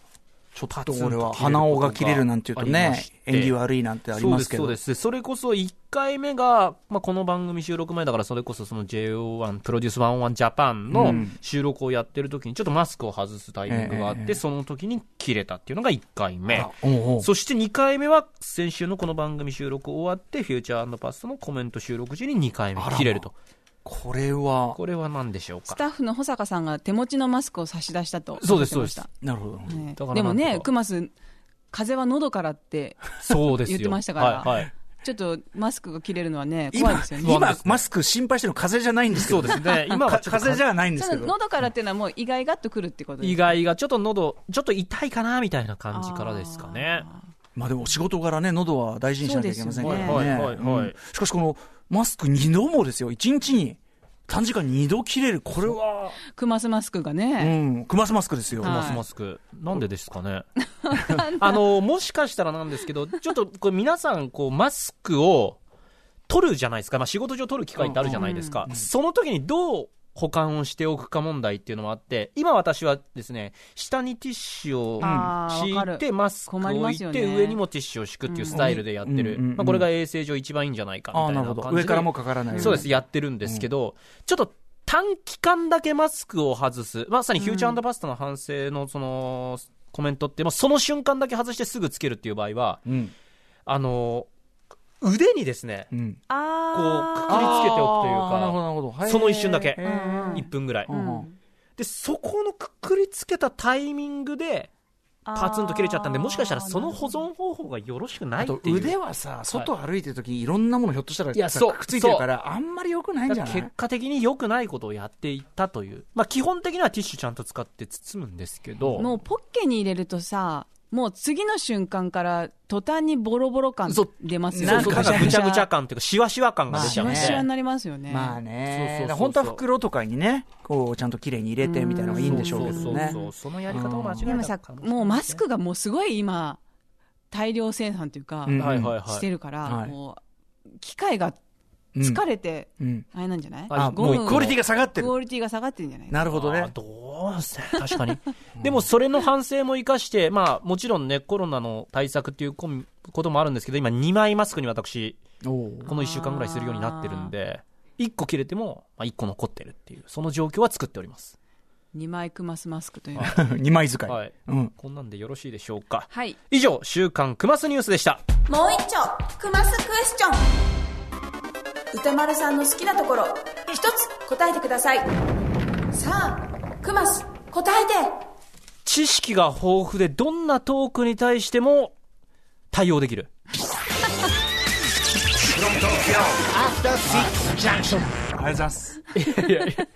Speaker 3: ちょっ
Speaker 4: あと俺は鼻緒が切れるなんていうとね縁起悪いなんてありますけど
Speaker 3: そうです、そうです。それこそ1回目が、まあ、この番組収録前だから、それこそその JO1、プロデュース101ジャパン
Speaker 4: う
Speaker 3: の
Speaker 4: ん
Speaker 3: 収録をやってる時に、ちょっとマスクを外すタイミングがあって、
Speaker 4: ええ
Speaker 3: その時に切れたっていうのが1回目。
Speaker 4: おうおう
Speaker 3: そして2回目は、先週のこの番組収録終わって、フューチャーパストのコメント収録時に2回目切れると。
Speaker 4: これは
Speaker 3: これは何でしょう
Speaker 5: ス
Speaker 3: か。
Speaker 5: タッフの保坂さんが手持ちのマスクを差し出したとおっしゃ
Speaker 3: そ
Speaker 5: っ
Speaker 3: う
Speaker 5: てま
Speaker 3: で
Speaker 5: し
Speaker 3: す
Speaker 5: た。
Speaker 3: そう
Speaker 4: なるほど
Speaker 5: ね
Speaker 3: だから
Speaker 5: でも
Speaker 3: なん
Speaker 5: ね、
Speaker 3: とか
Speaker 5: クマス、風邪は喉からって、
Speaker 3: そうですよ。
Speaker 5: 言ってましたから
Speaker 3: はい、はい。
Speaker 5: ちょっとマスクが切れるのはね、怖い
Speaker 4: 今
Speaker 5: ですよね。
Speaker 3: 不安
Speaker 4: 今
Speaker 3: ですね
Speaker 4: マスク心配してるの風邪じゃないんですけ
Speaker 3: そ
Speaker 4: ど
Speaker 3: うですね。今は
Speaker 4: か
Speaker 3: ちょっ
Speaker 4: 風
Speaker 3: と
Speaker 4: 邪じゃないんです
Speaker 5: そ
Speaker 4: け
Speaker 5: の
Speaker 4: ど
Speaker 5: 喉からっていうのはもう意外がっとくるってことです
Speaker 3: 意外がちょっと喉、ちょっと痛いかなみたいな感じからですかね。
Speaker 4: まあでも仕事柄ね喉は大事にしなきゃいけませんからね
Speaker 5: そう
Speaker 3: ですよねはいはいはいはい
Speaker 4: うんしかしこのマスク2度もですよ1日に短時間に2度切れるこれは
Speaker 5: クマスマスクが
Speaker 4: う
Speaker 5: ね、
Speaker 4: んクマスマスクですよ
Speaker 5: はい
Speaker 3: マスマスク。なんでですか ね。あの、もしかしたらなんですけど、ちょっとこれ皆さん、こう、マスクを取るじゃないですか。まあ仕事上取る機会ってあるじゃないですか。その時にどう、保管をしておくか問題っていうのもあって、今私はですね、下にティッシュを
Speaker 5: あー
Speaker 3: 敷
Speaker 5: わか
Speaker 3: いて、
Speaker 5: る
Speaker 3: マスクを
Speaker 5: 困りま
Speaker 3: 置い
Speaker 5: す
Speaker 3: て、
Speaker 5: よね
Speaker 3: 上にもティッシュを敷くっていうスタイルでやってる。
Speaker 4: うんうんうん
Speaker 3: まあこれが衛生上一番いいんじゃないかみ
Speaker 4: ああ
Speaker 3: たいな感
Speaker 4: なる
Speaker 3: じ
Speaker 4: ほ
Speaker 3: で。
Speaker 4: ど上からもかからないように
Speaker 3: そうです、やってるんですけど、ちょっと短期間だけマスクを外す、まさにフューチャーパスタの反省のそのコメントって、まあ、その瞬間だけ外してすぐつけるっていう場合は、
Speaker 4: うん
Speaker 3: あの腕にですね、
Speaker 4: うん
Speaker 3: こう、
Speaker 5: あ
Speaker 3: くくりつけておくという
Speaker 4: あーなるほど
Speaker 3: か、
Speaker 4: なるほどはい
Speaker 3: その一瞬だけ
Speaker 4: へー
Speaker 3: 1分ぐらい。
Speaker 4: うん
Speaker 3: で、そこのくくりつけたタイミングで、パツンと切れちゃったんで、もしかしたらその保存方法がよろしくない
Speaker 4: あ
Speaker 3: って
Speaker 4: と
Speaker 3: いう。
Speaker 4: 腕はさ外歩いてる時にいろんなものひょっとしたら
Speaker 3: いや
Speaker 4: さ
Speaker 3: そう
Speaker 4: くっついてるからあんまり良くないんじゃない
Speaker 3: 結果的に良くないことをやっていったという、まあ、基本的にはティッシュちゃんと使って包むんですけど、
Speaker 5: もうポッケに入れるとさ、もう次の瞬間から途端にボロボロ感
Speaker 3: そう
Speaker 5: 出ますよ
Speaker 3: そう
Speaker 5: ね。
Speaker 3: そうなんかぐちゃぐちゃ感というか、しわしわ感が出ち
Speaker 5: し
Speaker 3: ゃう
Speaker 5: わ
Speaker 3: ね。
Speaker 5: しわになりますよね。
Speaker 4: まあね
Speaker 3: そうそうそうそう
Speaker 4: だから本当は袋とかにねこうちゃんと綺麗に入れてみたいなのがいいんでしょうけどね
Speaker 3: そうそうそうそのやり方も間違い
Speaker 5: で
Speaker 3: な
Speaker 5: も
Speaker 3: い
Speaker 5: さ、もうマスクがもうすごい今、大量生産というか、
Speaker 4: うん
Speaker 3: はいはいはい。
Speaker 5: してるから、
Speaker 4: はい
Speaker 5: も機械が疲れて、
Speaker 4: うん
Speaker 5: あれなんじゃない
Speaker 3: あ
Speaker 5: ゴム
Speaker 3: もう
Speaker 5: ク
Speaker 4: ク
Speaker 5: オ
Speaker 4: オ
Speaker 5: リ
Speaker 4: リティ
Speaker 5: ティが
Speaker 4: が下がってる
Speaker 5: 下がってるんじゃない
Speaker 4: なるほど
Speaker 3: あー
Speaker 4: ね
Speaker 3: どうせ、確 かに。でも、それの反省も生かして、まあ、もちろんね、コロナの対策っていうここともあるんですけど、今、2枚マスクに私、この1週間ぐらいするようになってるんで、1個切れても、まあ、1個残ってるっていう、その状況は作っております。
Speaker 5: 2枚クマスマスクというの
Speaker 4: 2枚使い、
Speaker 3: はい。
Speaker 4: うん
Speaker 3: こんなんでよろしいでしょうか。
Speaker 5: はい
Speaker 3: 以上、週刊クマスニュースでした。
Speaker 2: もう一丁クマスクエスチョン歌丸さんの好きなところ一つ答えてくださいさあクマス答えて
Speaker 3: 知識が豊富で、どんなトークに対しても対応できる。
Speaker 4: ありがとうございます
Speaker 3: いやいや、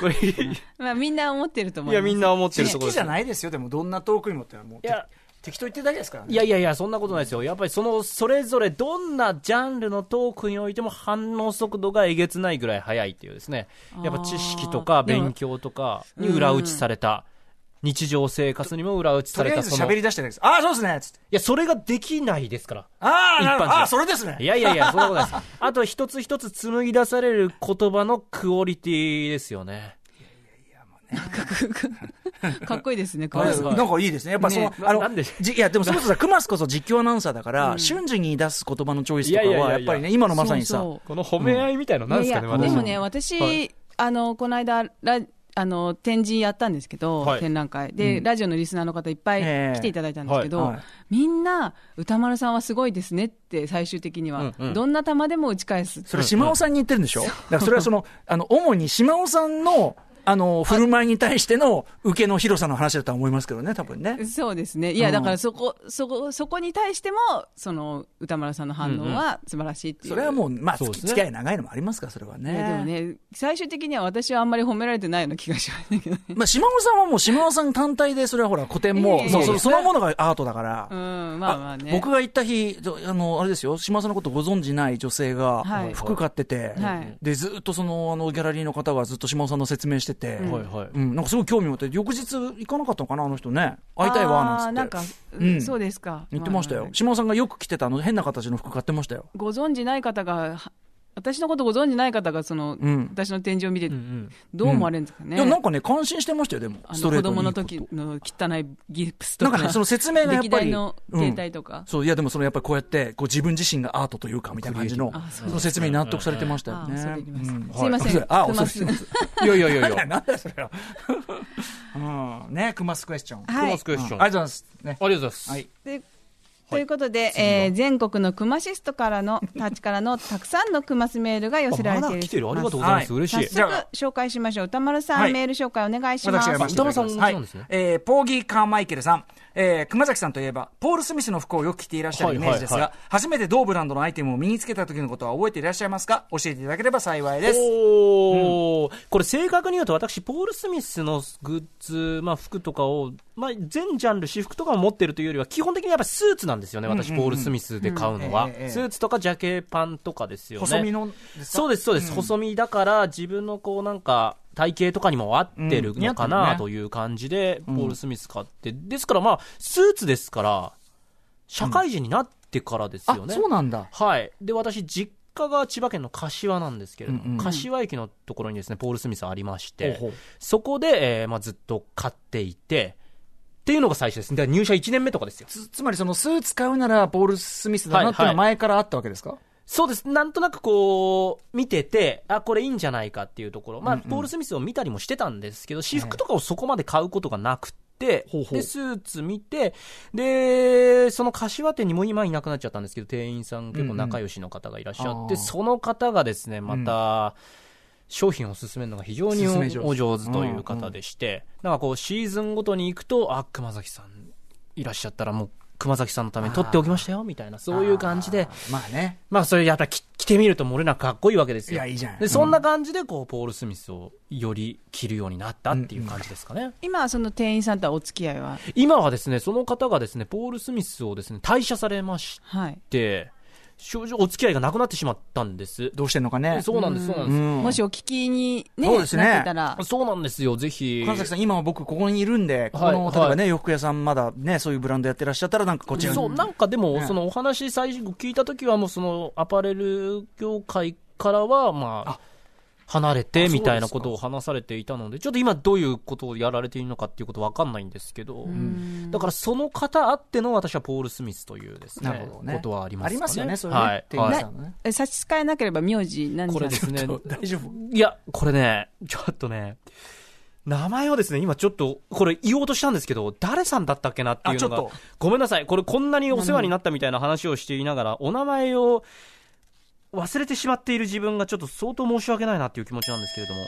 Speaker 3: これい
Speaker 5: まあみんな思ってると思い
Speaker 3: や、
Speaker 5: ます
Speaker 3: みんな思って
Speaker 4: 知
Speaker 3: るところで
Speaker 4: 識
Speaker 3: す
Speaker 4: じゃないですよでもどんなトークにもってのはもう
Speaker 3: いや
Speaker 4: 適当言ってるだけですからね
Speaker 3: いやいやいや、そんなことないですよ。やっぱりその、それぞれどんなジャンルのトークにおいても反応速度がえげつないぐらい速いっていうですね。やっぱ知識とか勉強とかに裏打ちされた。日常生活にも裏打ち
Speaker 4: と
Speaker 3: さ
Speaker 4: り
Speaker 3: れ
Speaker 4: あえ
Speaker 3: た
Speaker 4: ず
Speaker 3: その。
Speaker 4: 喋
Speaker 3: い
Speaker 4: り出してるだけですああそうですねつって
Speaker 3: や、それができないですから。
Speaker 4: ああなるほ
Speaker 3: 一般
Speaker 4: ど
Speaker 3: 人
Speaker 4: あーそれですね
Speaker 3: いやいやいや、そんなことないです。あと一つ一つ紡ぎ出される言葉のクオリティですよね。
Speaker 5: かっこいいですねク
Speaker 4: あ
Speaker 5: マ
Speaker 4: れ
Speaker 5: ス
Speaker 3: はい
Speaker 4: なんかいいですね。やっぱその、
Speaker 3: ね
Speaker 4: あ
Speaker 3: なな
Speaker 4: の
Speaker 3: んで、
Speaker 4: じいや、でもそれこそさ、クマスこそ実況アナウンサーだから、瞬時に出す言葉のチョイスとか
Speaker 3: いやいやい
Speaker 4: は、
Speaker 3: や
Speaker 4: や
Speaker 3: い
Speaker 4: っ
Speaker 3: や
Speaker 4: ぱりね、今のまさにさ、
Speaker 5: そうそう
Speaker 3: この褒め合いみたいの
Speaker 5: い
Speaker 3: なん
Speaker 5: や
Speaker 3: で
Speaker 5: い
Speaker 3: すか
Speaker 5: や
Speaker 3: ね、
Speaker 5: で
Speaker 3: 私
Speaker 5: もね、私、
Speaker 3: はい
Speaker 5: あのこの間ラあの展示やったんですけど、
Speaker 3: はい
Speaker 5: 展覧会で、ラジオのリスナーの方いっぱい
Speaker 4: ええ
Speaker 5: 来ていただいたんですけど、
Speaker 4: はいはい
Speaker 5: みんな歌丸さんはすごいですねって最終的には、
Speaker 3: うんうん
Speaker 5: どんな球でも打ち返す
Speaker 4: それ島尾さんに言ってるんでしょだからそれは その、あの、主に島尾さんの、あの、振る舞いに対しての受けの広さの話だとは思いますけどね、多分ね。
Speaker 5: そうですねいや、だからそこそこそこに対してもその歌丸さんの反応は素晴らしいっていう、
Speaker 4: それはもう、まあ、
Speaker 3: そう
Speaker 4: 付
Speaker 3: です
Speaker 4: き
Speaker 3: ね
Speaker 4: 付き合い長いのもありますから、それはね。
Speaker 5: いやでもね最終的には私はあんまり褒められてないような気がしますけどね、
Speaker 4: まあ、島尾さんはもう島尾さん単体で、それはほら、古典も、
Speaker 5: いえいえいえ
Speaker 4: そうそうそのものがアートだから。
Speaker 5: うん、まあまあね
Speaker 4: 僕が行った日、どあの、あれですよ、島さんのことご存じない女性が
Speaker 5: はい、
Speaker 4: 服買ってて、
Speaker 5: はい
Speaker 4: で、ずっとその、あの、ギャラリーの方がずっと島尾さんの説明してて、うん
Speaker 3: はいはい。
Speaker 4: なんかすごい興味持って、翌日行かなかったのかな、あの人ね。会いたいわ、なんつっ
Speaker 5: あー
Speaker 4: て。
Speaker 5: なんか、
Speaker 4: うん
Speaker 5: そうですか
Speaker 4: 言ってました
Speaker 5: あ
Speaker 4: よ
Speaker 5: あ。
Speaker 4: 島尾さんがよく着てた、あの、変な形の服買ってましたよ。
Speaker 5: ご存じない方がは私のことご存じない方がその、
Speaker 4: うん
Speaker 5: 私の展示を見て
Speaker 3: うん
Speaker 5: どう思われるんですか
Speaker 4: い
Speaker 5: ね、
Speaker 4: や、なんかね、感心してましたよ、でも、
Speaker 5: あ
Speaker 4: ス
Speaker 5: の
Speaker 4: トレ
Speaker 5: 子
Speaker 4: ートに
Speaker 5: 供
Speaker 4: いい
Speaker 5: の
Speaker 4: こと
Speaker 5: 時の汚いギプス
Speaker 4: なん
Speaker 5: とか
Speaker 4: かね、その説明がやっ
Speaker 5: 歴
Speaker 4: ぱ
Speaker 5: 代
Speaker 4: り。
Speaker 5: の
Speaker 4: うん
Speaker 5: 携帯とか、
Speaker 4: そういやでもそのやっぱりこうやってこう自分自身がアートというかみたいな感じの
Speaker 5: あそ
Speaker 4: その説明に納得されてましたよね。
Speaker 5: あそれできます
Speaker 4: うん
Speaker 5: すいません、
Speaker 4: はいあ、恐
Speaker 5: 熊
Speaker 4: れ
Speaker 5: 須
Speaker 4: 入ります。い やいやいや いや。なんだそれは。 うん。ね、クマスクエスチョン。
Speaker 5: はい
Speaker 3: クエスチョン。
Speaker 4: あ
Speaker 3: あ
Speaker 4: り
Speaker 3: り
Speaker 4: がとうございます。ね。
Speaker 3: がとうございます。
Speaker 4: はい
Speaker 5: でということで、えー全国のクマシストからのたちからのたくさんのクマスメールが寄せられ
Speaker 3: ま
Speaker 5: てい
Speaker 3: だ
Speaker 5: る
Speaker 3: 来てる。ありがとうございます。
Speaker 4: は
Speaker 3: 嬉しい。
Speaker 4: じゃ
Speaker 5: 早速紹介しましょう歌丸さん、
Speaker 4: はい
Speaker 5: メール紹介お願いします
Speaker 4: 私が読ませていただきま
Speaker 3: 歌丸
Speaker 4: す
Speaker 3: さんもそうですね
Speaker 4: はいえーポーギー・カーマイケルさん、えー熊崎さんといえば、ポール・スミスの服をよく着ていらっしゃるイメージですが、
Speaker 3: はいはい
Speaker 4: 初めて同ブランドのアイテムを身につけた時のことは覚えていらっしゃいますか教えていただければ幸いです。
Speaker 3: おーこれ正確に言うと私ポール・スミスのグッズ、まあ、服とかを、まあ、全ジャンル私服とかを持ってるというよりは基本的にやっぱりスーツなんですよね私、ポール・スミスで買うのは、
Speaker 4: うんええええ
Speaker 3: スーツとかジャケパンとかですよね
Speaker 4: 細身のですか
Speaker 3: そうですそうです、細身だから自分のこうなんか体型とかにも合ってるのか
Speaker 4: うん似合ってる
Speaker 3: な
Speaker 4: ね
Speaker 3: という感じで、ポール・スミス買ってですからまあスーツですから社会人になってからですよね、
Speaker 4: なんだ。
Speaker 3: はい、で私、実家が千葉県の柏なんですけれども、
Speaker 4: うんうん
Speaker 3: 柏駅のところにですねポール・スミスありまして、
Speaker 4: ほうほう
Speaker 3: そこで、えーまあ、ずっと買っていてっていうのが最初ですね、だから入社1年目とかですよ、
Speaker 4: つつまりそのスーツ買うならポール・スミスだなっていうのは前からあったわけですか、
Speaker 3: そうですなんとなくこう見てて、あこれいいんじゃないかっていうところ、まあポール・スミスを見たりもしてたんですけど、私服とかをそこまで買うことがなくて。
Speaker 4: ほうほう
Speaker 3: でスーツ見て、でその柏店にも今いなくなっちゃったんですけど、店員さん、結構仲良しの方がいらっしゃ
Speaker 4: うん
Speaker 3: っ
Speaker 4: うんあ
Speaker 3: て、
Speaker 4: ー
Speaker 3: その方がですねまた、商品を勧めるのが非常に
Speaker 4: 勧め上手
Speaker 3: お上手という方でして、なんかこう、シーズンごとに行くと、あ、熊崎さんいらっしゃったら、もう熊崎さんのために取っておきましたよみたいな、そういう感じで。
Speaker 4: まあね。
Speaker 3: まあ、それやっぱ着着てみるともれなくかっこいいわけですよ。
Speaker 4: いやいいじゃん
Speaker 3: で、そんな感じで、こう、ポール・スミスをより着るようになったっていう感じですかね。
Speaker 5: 今はその店員さんとはお付き合いは
Speaker 3: 今はですね、その方がですね、ポール・スミスをですね、退社されまし
Speaker 5: はい
Speaker 3: て、正直お付き合いがなくなってしまったんです。
Speaker 4: どうしてんのかね。
Speaker 3: そうなんです、そうなん
Speaker 4: う
Speaker 3: です。
Speaker 4: ん
Speaker 5: もしお聞きにね、
Speaker 4: そうですね
Speaker 5: なってたら、
Speaker 3: そうなんですよ、ぜひ。
Speaker 4: 神崎さん、今は僕、ここにいるんで、ここの、
Speaker 3: はい
Speaker 4: 例えばね、洋服屋さん、まだね、そういうブランドやってらっしゃったら、なんかこちらに。
Speaker 3: そうなんかでも、
Speaker 4: ね
Speaker 3: そのお話、最後聞いたときは、もうそのアパレル業界からは、まあ、離れてみたいなことを話されていたので、ちょっと今、どういうことをやられているのかっていうことわかんないんですけど、だからその方あっての、私はポール・スミスというです
Speaker 4: なる
Speaker 3: ね
Speaker 4: ほどね。
Speaker 3: ことはありますかね。
Speaker 4: ありますよね、そういう
Speaker 3: は
Speaker 4: ね
Speaker 3: い。
Speaker 4: 店員
Speaker 3: は
Speaker 4: さ
Speaker 3: い
Speaker 4: んのね。
Speaker 5: え差し支えなければ名字何
Speaker 3: こ
Speaker 5: さ
Speaker 3: れ
Speaker 5: ん
Speaker 3: ですね、
Speaker 4: 大丈夫
Speaker 3: いや、これね、ちょっとね、名前をですね、今ちょっと、これ言おうとしたんですけど、誰さんだったっけなっていうの
Speaker 4: あちょっ
Speaker 3: が
Speaker 4: と、
Speaker 3: ごめんなさい、これこんなにお世話になったみたいな話をしていながら、お名前を忘れてしまっている自分がちょっと相当申し訳ないなっていう気持ちなんですけれども、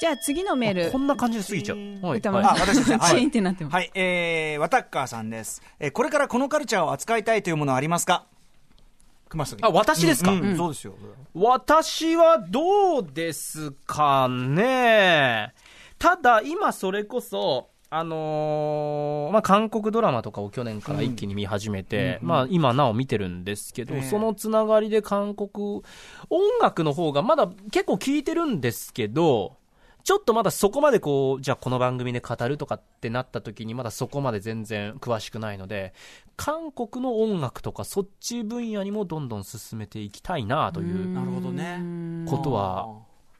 Speaker 5: じゃあ次のメール
Speaker 3: こんな感じで過ぎちゃう。はい
Speaker 5: 歌
Speaker 3: は
Speaker 5: 丸
Speaker 3: い
Speaker 5: さ
Speaker 4: あ私
Speaker 5: ん
Speaker 4: ですねはい
Speaker 5: チーンってなってます、
Speaker 4: はい、えー、ワタッカーさんです。えーこれからこのカルチャーを扱いたいというものはありますか熊さん。
Speaker 3: あ、私ですか、
Speaker 4: うんそうですよ。
Speaker 3: 私はどうですかねただ今それこそあのーまあ、韓国ドラマとかを去年から一気に見始めて、まあ、今なお見てるんですけど、
Speaker 4: ええ
Speaker 3: そのつながりで韓国音楽の方がまだ結構聞いてるんですけどちょっとまだそこまでこうじゃあこの番組で語るとかってなった時にまだそこまで全然詳しくないので韓国の音楽とかそっち分野にもどんどん進めていきたいなという
Speaker 4: なるほどね。
Speaker 3: ことは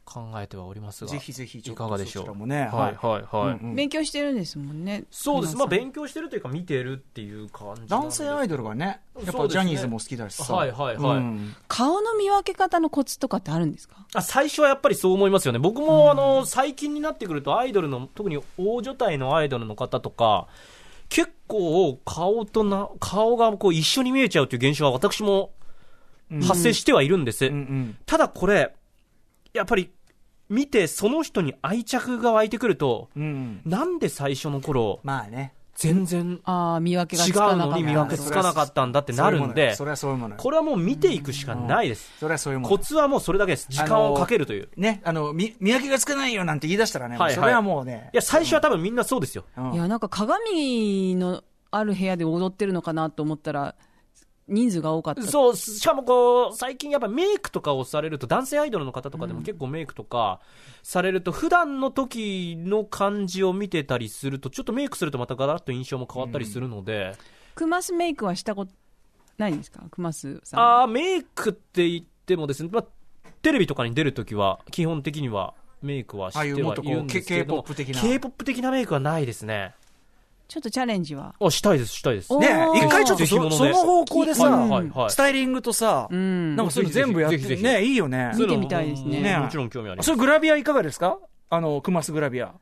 Speaker 3: 考えてはおりますが、
Speaker 4: ぜひぜひ、ちょ
Speaker 3: い
Speaker 4: っと
Speaker 3: かがでしょ
Speaker 4: そちら
Speaker 3: う。
Speaker 4: もね、
Speaker 3: はいはいはい。
Speaker 4: うん
Speaker 5: 勉強してるんですもんね
Speaker 3: そうです。ま
Speaker 5: 皆
Speaker 3: あ
Speaker 5: さん
Speaker 3: 勉強してるというか見てるっていう感じなので。
Speaker 4: 男性アイドルはね、やっ
Speaker 3: そ
Speaker 4: ぱ
Speaker 3: うですね
Speaker 4: ジャニーズも好きだしさ。
Speaker 3: はいはいはい
Speaker 4: うん
Speaker 5: 顔の見分け方のコツとかってあるんですか
Speaker 3: あ最初はやっぱりそう思いますよね。僕もあの最近になってくるとアイドルの特に大所帯のアイドルの方とか結構顔とな顔がこう一緒に見えちゃうという現象は私も発生してはいるんです。
Speaker 4: うんうん
Speaker 3: ただこれやっぱり見てその人に愛着が湧いてくると。
Speaker 4: うん
Speaker 3: なんで最初の頃
Speaker 4: まあね。
Speaker 3: 全然
Speaker 5: ああ見分けが
Speaker 3: 違
Speaker 5: つ
Speaker 3: う
Speaker 5: かなかっ
Speaker 3: の
Speaker 5: た
Speaker 3: に見分けつかなかったんだってなるんで、
Speaker 4: そういうものよそれはそういうものよ。
Speaker 3: これはもう見ていくしかないです。
Speaker 4: それはそういうも
Speaker 3: コ
Speaker 4: のよ。
Speaker 3: ツはもうそれだけです。時間をかけるという。
Speaker 4: ね、あの、み見分けがつかないよなんて言い出したらね、
Speaker 3: はいはい
Speaker 4: それはもうね
Speaker 3: い、や、最初は多分みんなそうですよ。
Speaker 4: うん
Speaker 5: いやなんか鏡のある部屋で踊ってるのかなと思ったら人数が多かった
Speaker 3: そう、しかもこう、最近やっぱメイクとかをされると、男性アイドルの方とかでも結構メイクとかされると、普段の時の感じを見てたりすると、ちょっとメイクするとまたガラッと印象も変わったりするので、
Speaker 5: クマスメイクはしたことないんですかクマスさん
Speaker 3: あーメイクって言ってもですね、まあ、テレビとかに出るときは、基本的にはメイクはしてはいる
Speaker 4: ああいうもっとこうん
Speaker 3: ですけども、
Speaker 4: K- K-POP 的な
Speaker 3: K-POP 的なメイクはないですね。
Speaker 5: ちょっとチャレンジは
Speaker 3: あ、したいです、したいです。
Speaker 5: お
Speaker 4: ね
Speaker 5: あー
Speaker 4: 一回ちょっ
Speaker 3: ぜ
Speaker 4: と
Speaker 3: ひ
Speaker 4: そ
Speaker 3: ぜひ
Speaker 4: その方向でさ、
Speaker 3: はいはいはい
Speaker 4: スタイリングとさ、
Speaker 5: ん
Speaker 4: なんかそういうの全部やって
Speaker 3: ぜひぜひぜひ
Speaker 4: ね、いいよね。
Speaker 5: 見てみたいですね
Speaker 3: そううのももちろん興味あります。
Speaker 4: それグラビアいかがですかあの、クマスグラビア。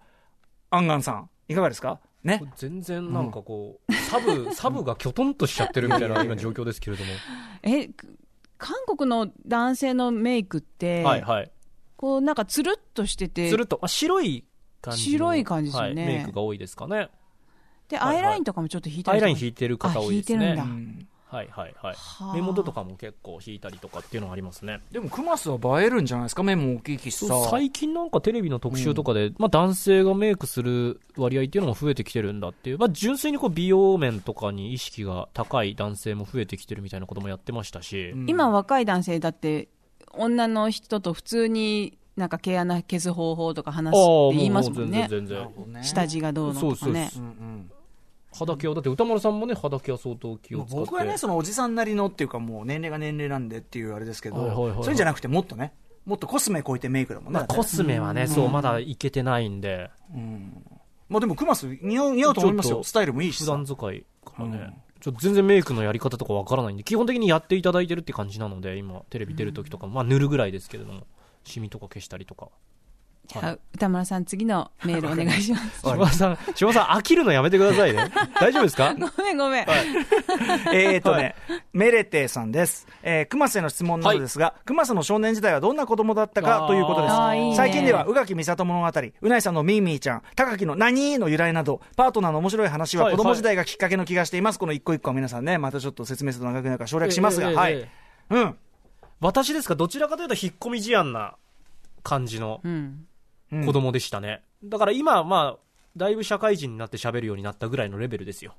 Speaker 4: アンガンさん、いかがですかね。
Speaker 3: 全然なんかこう、サブ、 サブがきょとんとしちゃってるみたいな今状況ですけれども。
Speaker 5: えく韓国の男性のメイクって、
Speaker 3: はいはい。
Speaker 5: こうなんかつるっとしてて
Speaker 3: すると、まあ白い感じの。
Speaker 5: 白い感じですよね
Speaker 3: はいメイクが多いですかね。
Speaker 5: で、
Speaker 3: はい
Speaker 5: アイラインとかもちょっと引いた
Speaker 3: ア
Speaker 5: り
Speaker 3: イ
Speaker 5: とか
Speaker 3: ライン引いてる方多いです
Speaker 5: あ
Speaker 3: ね。
Speaker 5: 引いてる
Speaker 3: うん
Speaker 5: だ
Speaker 4: ん
Speaker 3: はいはいはい
Speaker 5: は。あ
Speaker 3: 目元とかも結構引いたりとかっていうのはありますね。
Speaker 4: でもクマスは映えるんじゃないですか目も大きいしさ。
Speaker 3: 最近なんかテレビの特集とかで、まあ男性がメイクする割合っていうのも増えてきてるんだっていう、まあ純粋にこう美容面とかに意識が高い男性も増えてきてるみたいなこともやってましたし、
Speaker 5: 今若い男性だって女の人と普通になんか毛穴消す方法とか話すって言いますもんね
Speaker 3: 全然全然。
Speaker 5: 下地がどうのとかね
Speaker 3: そう肌毛は、だって歌丸さんもね、肌毛は相当気を使って。
Speaker 4: 僕はね、そのおじさんなりのっていうかもう年齢が年齢なんでっていうあれですけど、
Speaker 3: はいはいはいはい
Speaker 4: そういうんじゃなくてもっとね、もっとコスメ超えてメイクだもんね。
Speaker 3: まあ、コスメはね、そう、まだいけてないんで、
Speaker 4: まあでもクマス似合う似合うと思います
Speaker 3: ちょ
Speaker 4: よ。
Speaker 3: っと
Speaker 4: スタイルもいいし
Speaker 3: 普
Speaker 4: さ。
Speaker 3: 段使いからね、ちょっと全然メイクのやり方とかわからないんで、基本的にやっていただいてるって感じなので、今、テレビ出るときとか、まあ、塗るぐらいですけれども、シミとか消したりとか。
Speaker 5: じゃあ歌村さん次のメールお願い します
Speaker 3: 島田さん、島田さん、飽きるのやめてくださいね。大丈夫です か
Speaker 5: ごめんごめん、
Speaker 4: えーとね、メレテさんです。えー、熊瀬の質問なのですが、熊瀬の少年時代はどんな子供だったかということで
Speaker 5: あーいいね
Speaker 4: す。最近では、宇垣美里物語、うないさんのミーミーちゃん、高木の何の由来など、パートナーの面白い話は
Speaker 3: はい
Speaker 4: 子供時代がきっかけの気がしています。この一個一個は皆さんね、またちょっと説明すると長くなるから省略します
Speaker 3: ええ
Speaker 4: が、
Speaker 3: ええ
Speaker 4: は
Speaker 3: え
Speaker 4: い
Speaker 3: え。
Speaker 4: うん。
Speaker 3: 私ですか、どちらかというと、引っ込み思案な感じの
Speaker 5: うん、
Speaker 3: 子供でしたね。だから今、まあ、だいぶ社会人になって喋るようになったぐらいのレベルですよ。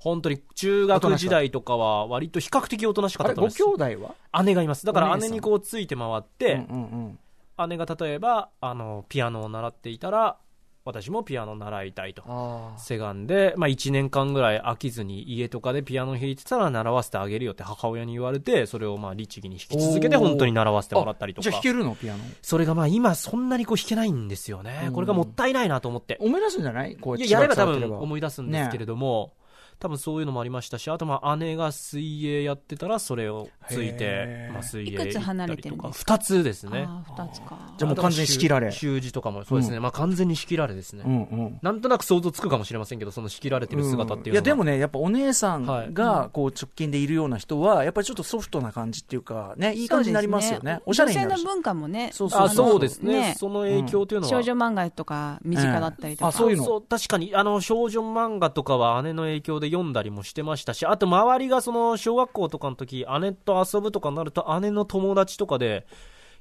Speaker 3: 本当に中学時代とかは割と比較的おとなしか
Speaker 4: あ
Speaker 3: っ
Speaker 4: れ
Speaker 3: たと
Speaker 4: ご
Speaker 3: 思い
Speaker 4: 兄弟は
Speaker 3: ます姉がいますだか
Speaker 4: お
Speaker 3: ら
Speaker 4: 姉さ
Speaker 3: 姉
Speaker 4: ん
Speaker 3: にこうついて回って、
Speaker 4: うんうん
Speaker 3: 姉が例えばあのピアノを習っていたら私もピアノを習いたいと
Speaker 4: あ
Speaker 3: セガンで、まあ、1年間ぐらい飽きずに家とかでピアノ弾いてたら習わせてあげるよって母親に言われてそれをまあ律儀に弾き続けて
Speaker 4: おー
Speaker 3: 本当に習わせてもらったりと
Speaker 4: じゃあ
Speaker 3: か
Speaker 4: 弾けるのピアノ
Speaker 3: それがまあ今そんなにこう弾けないんですよねこれがもったいないなと思って
Speaker 4: 思い出すんじゃないこう
Speaker 3: い
Speaker 4: や
Speaker 3: や
Speaker 4: っ
Speaker 3: やれば多
Speaker 4: 触って
Speaker 3: 分思い出すんですけれども、多分そういうのもありましたしあとまあ姉が水泳やってたらそれをついて
Speaker 4: へ、ー
Speaker 3: まあ、水泳
Speaker 5: いくつ離れてる
Speaker 3: と
Speaker 5: ん
Speaker 3: か
Speaker 5: です
Speaker 3: 2つですね
Speaker 5: ああ、二つか。
Speaker 4: じゃあもう完全に仕切られ
Speaker 3: 習字とかもそうですね、まあ完全に仕切られですね、
Speaker 4: うんうん
Speaker 3: なんとなく想像つくかもしれませんけどその仕切られてる姿っていうのは、
Speaker 4: やでもねやっぱお姉さ
Speaker 3: はい
Speaker 4: んがこう直近でいるような人はやっぱりちょっとソフトな感じっていうかねいい感じになりますよねおしゃれにな
Speaker 5: 女
Speaker 4: る
Speaker 5: 性
Speaker 4: し
Speaker 5: の文化もね、
Speaker 4: そう
Speaker 3: あ
Speaker 5: あの
Speaker 3: そうですねその影響というのは、
Speaker 5: 少女漫画とか身近だったりとか。
Speaker 4: うんあそういうの
Speaker 3: 確かにあの少女漫画とかは姉の影響で読んだりもしてましたしあと周りがその小学校とかの時姉と遊ぶとかになると姉の友達とかで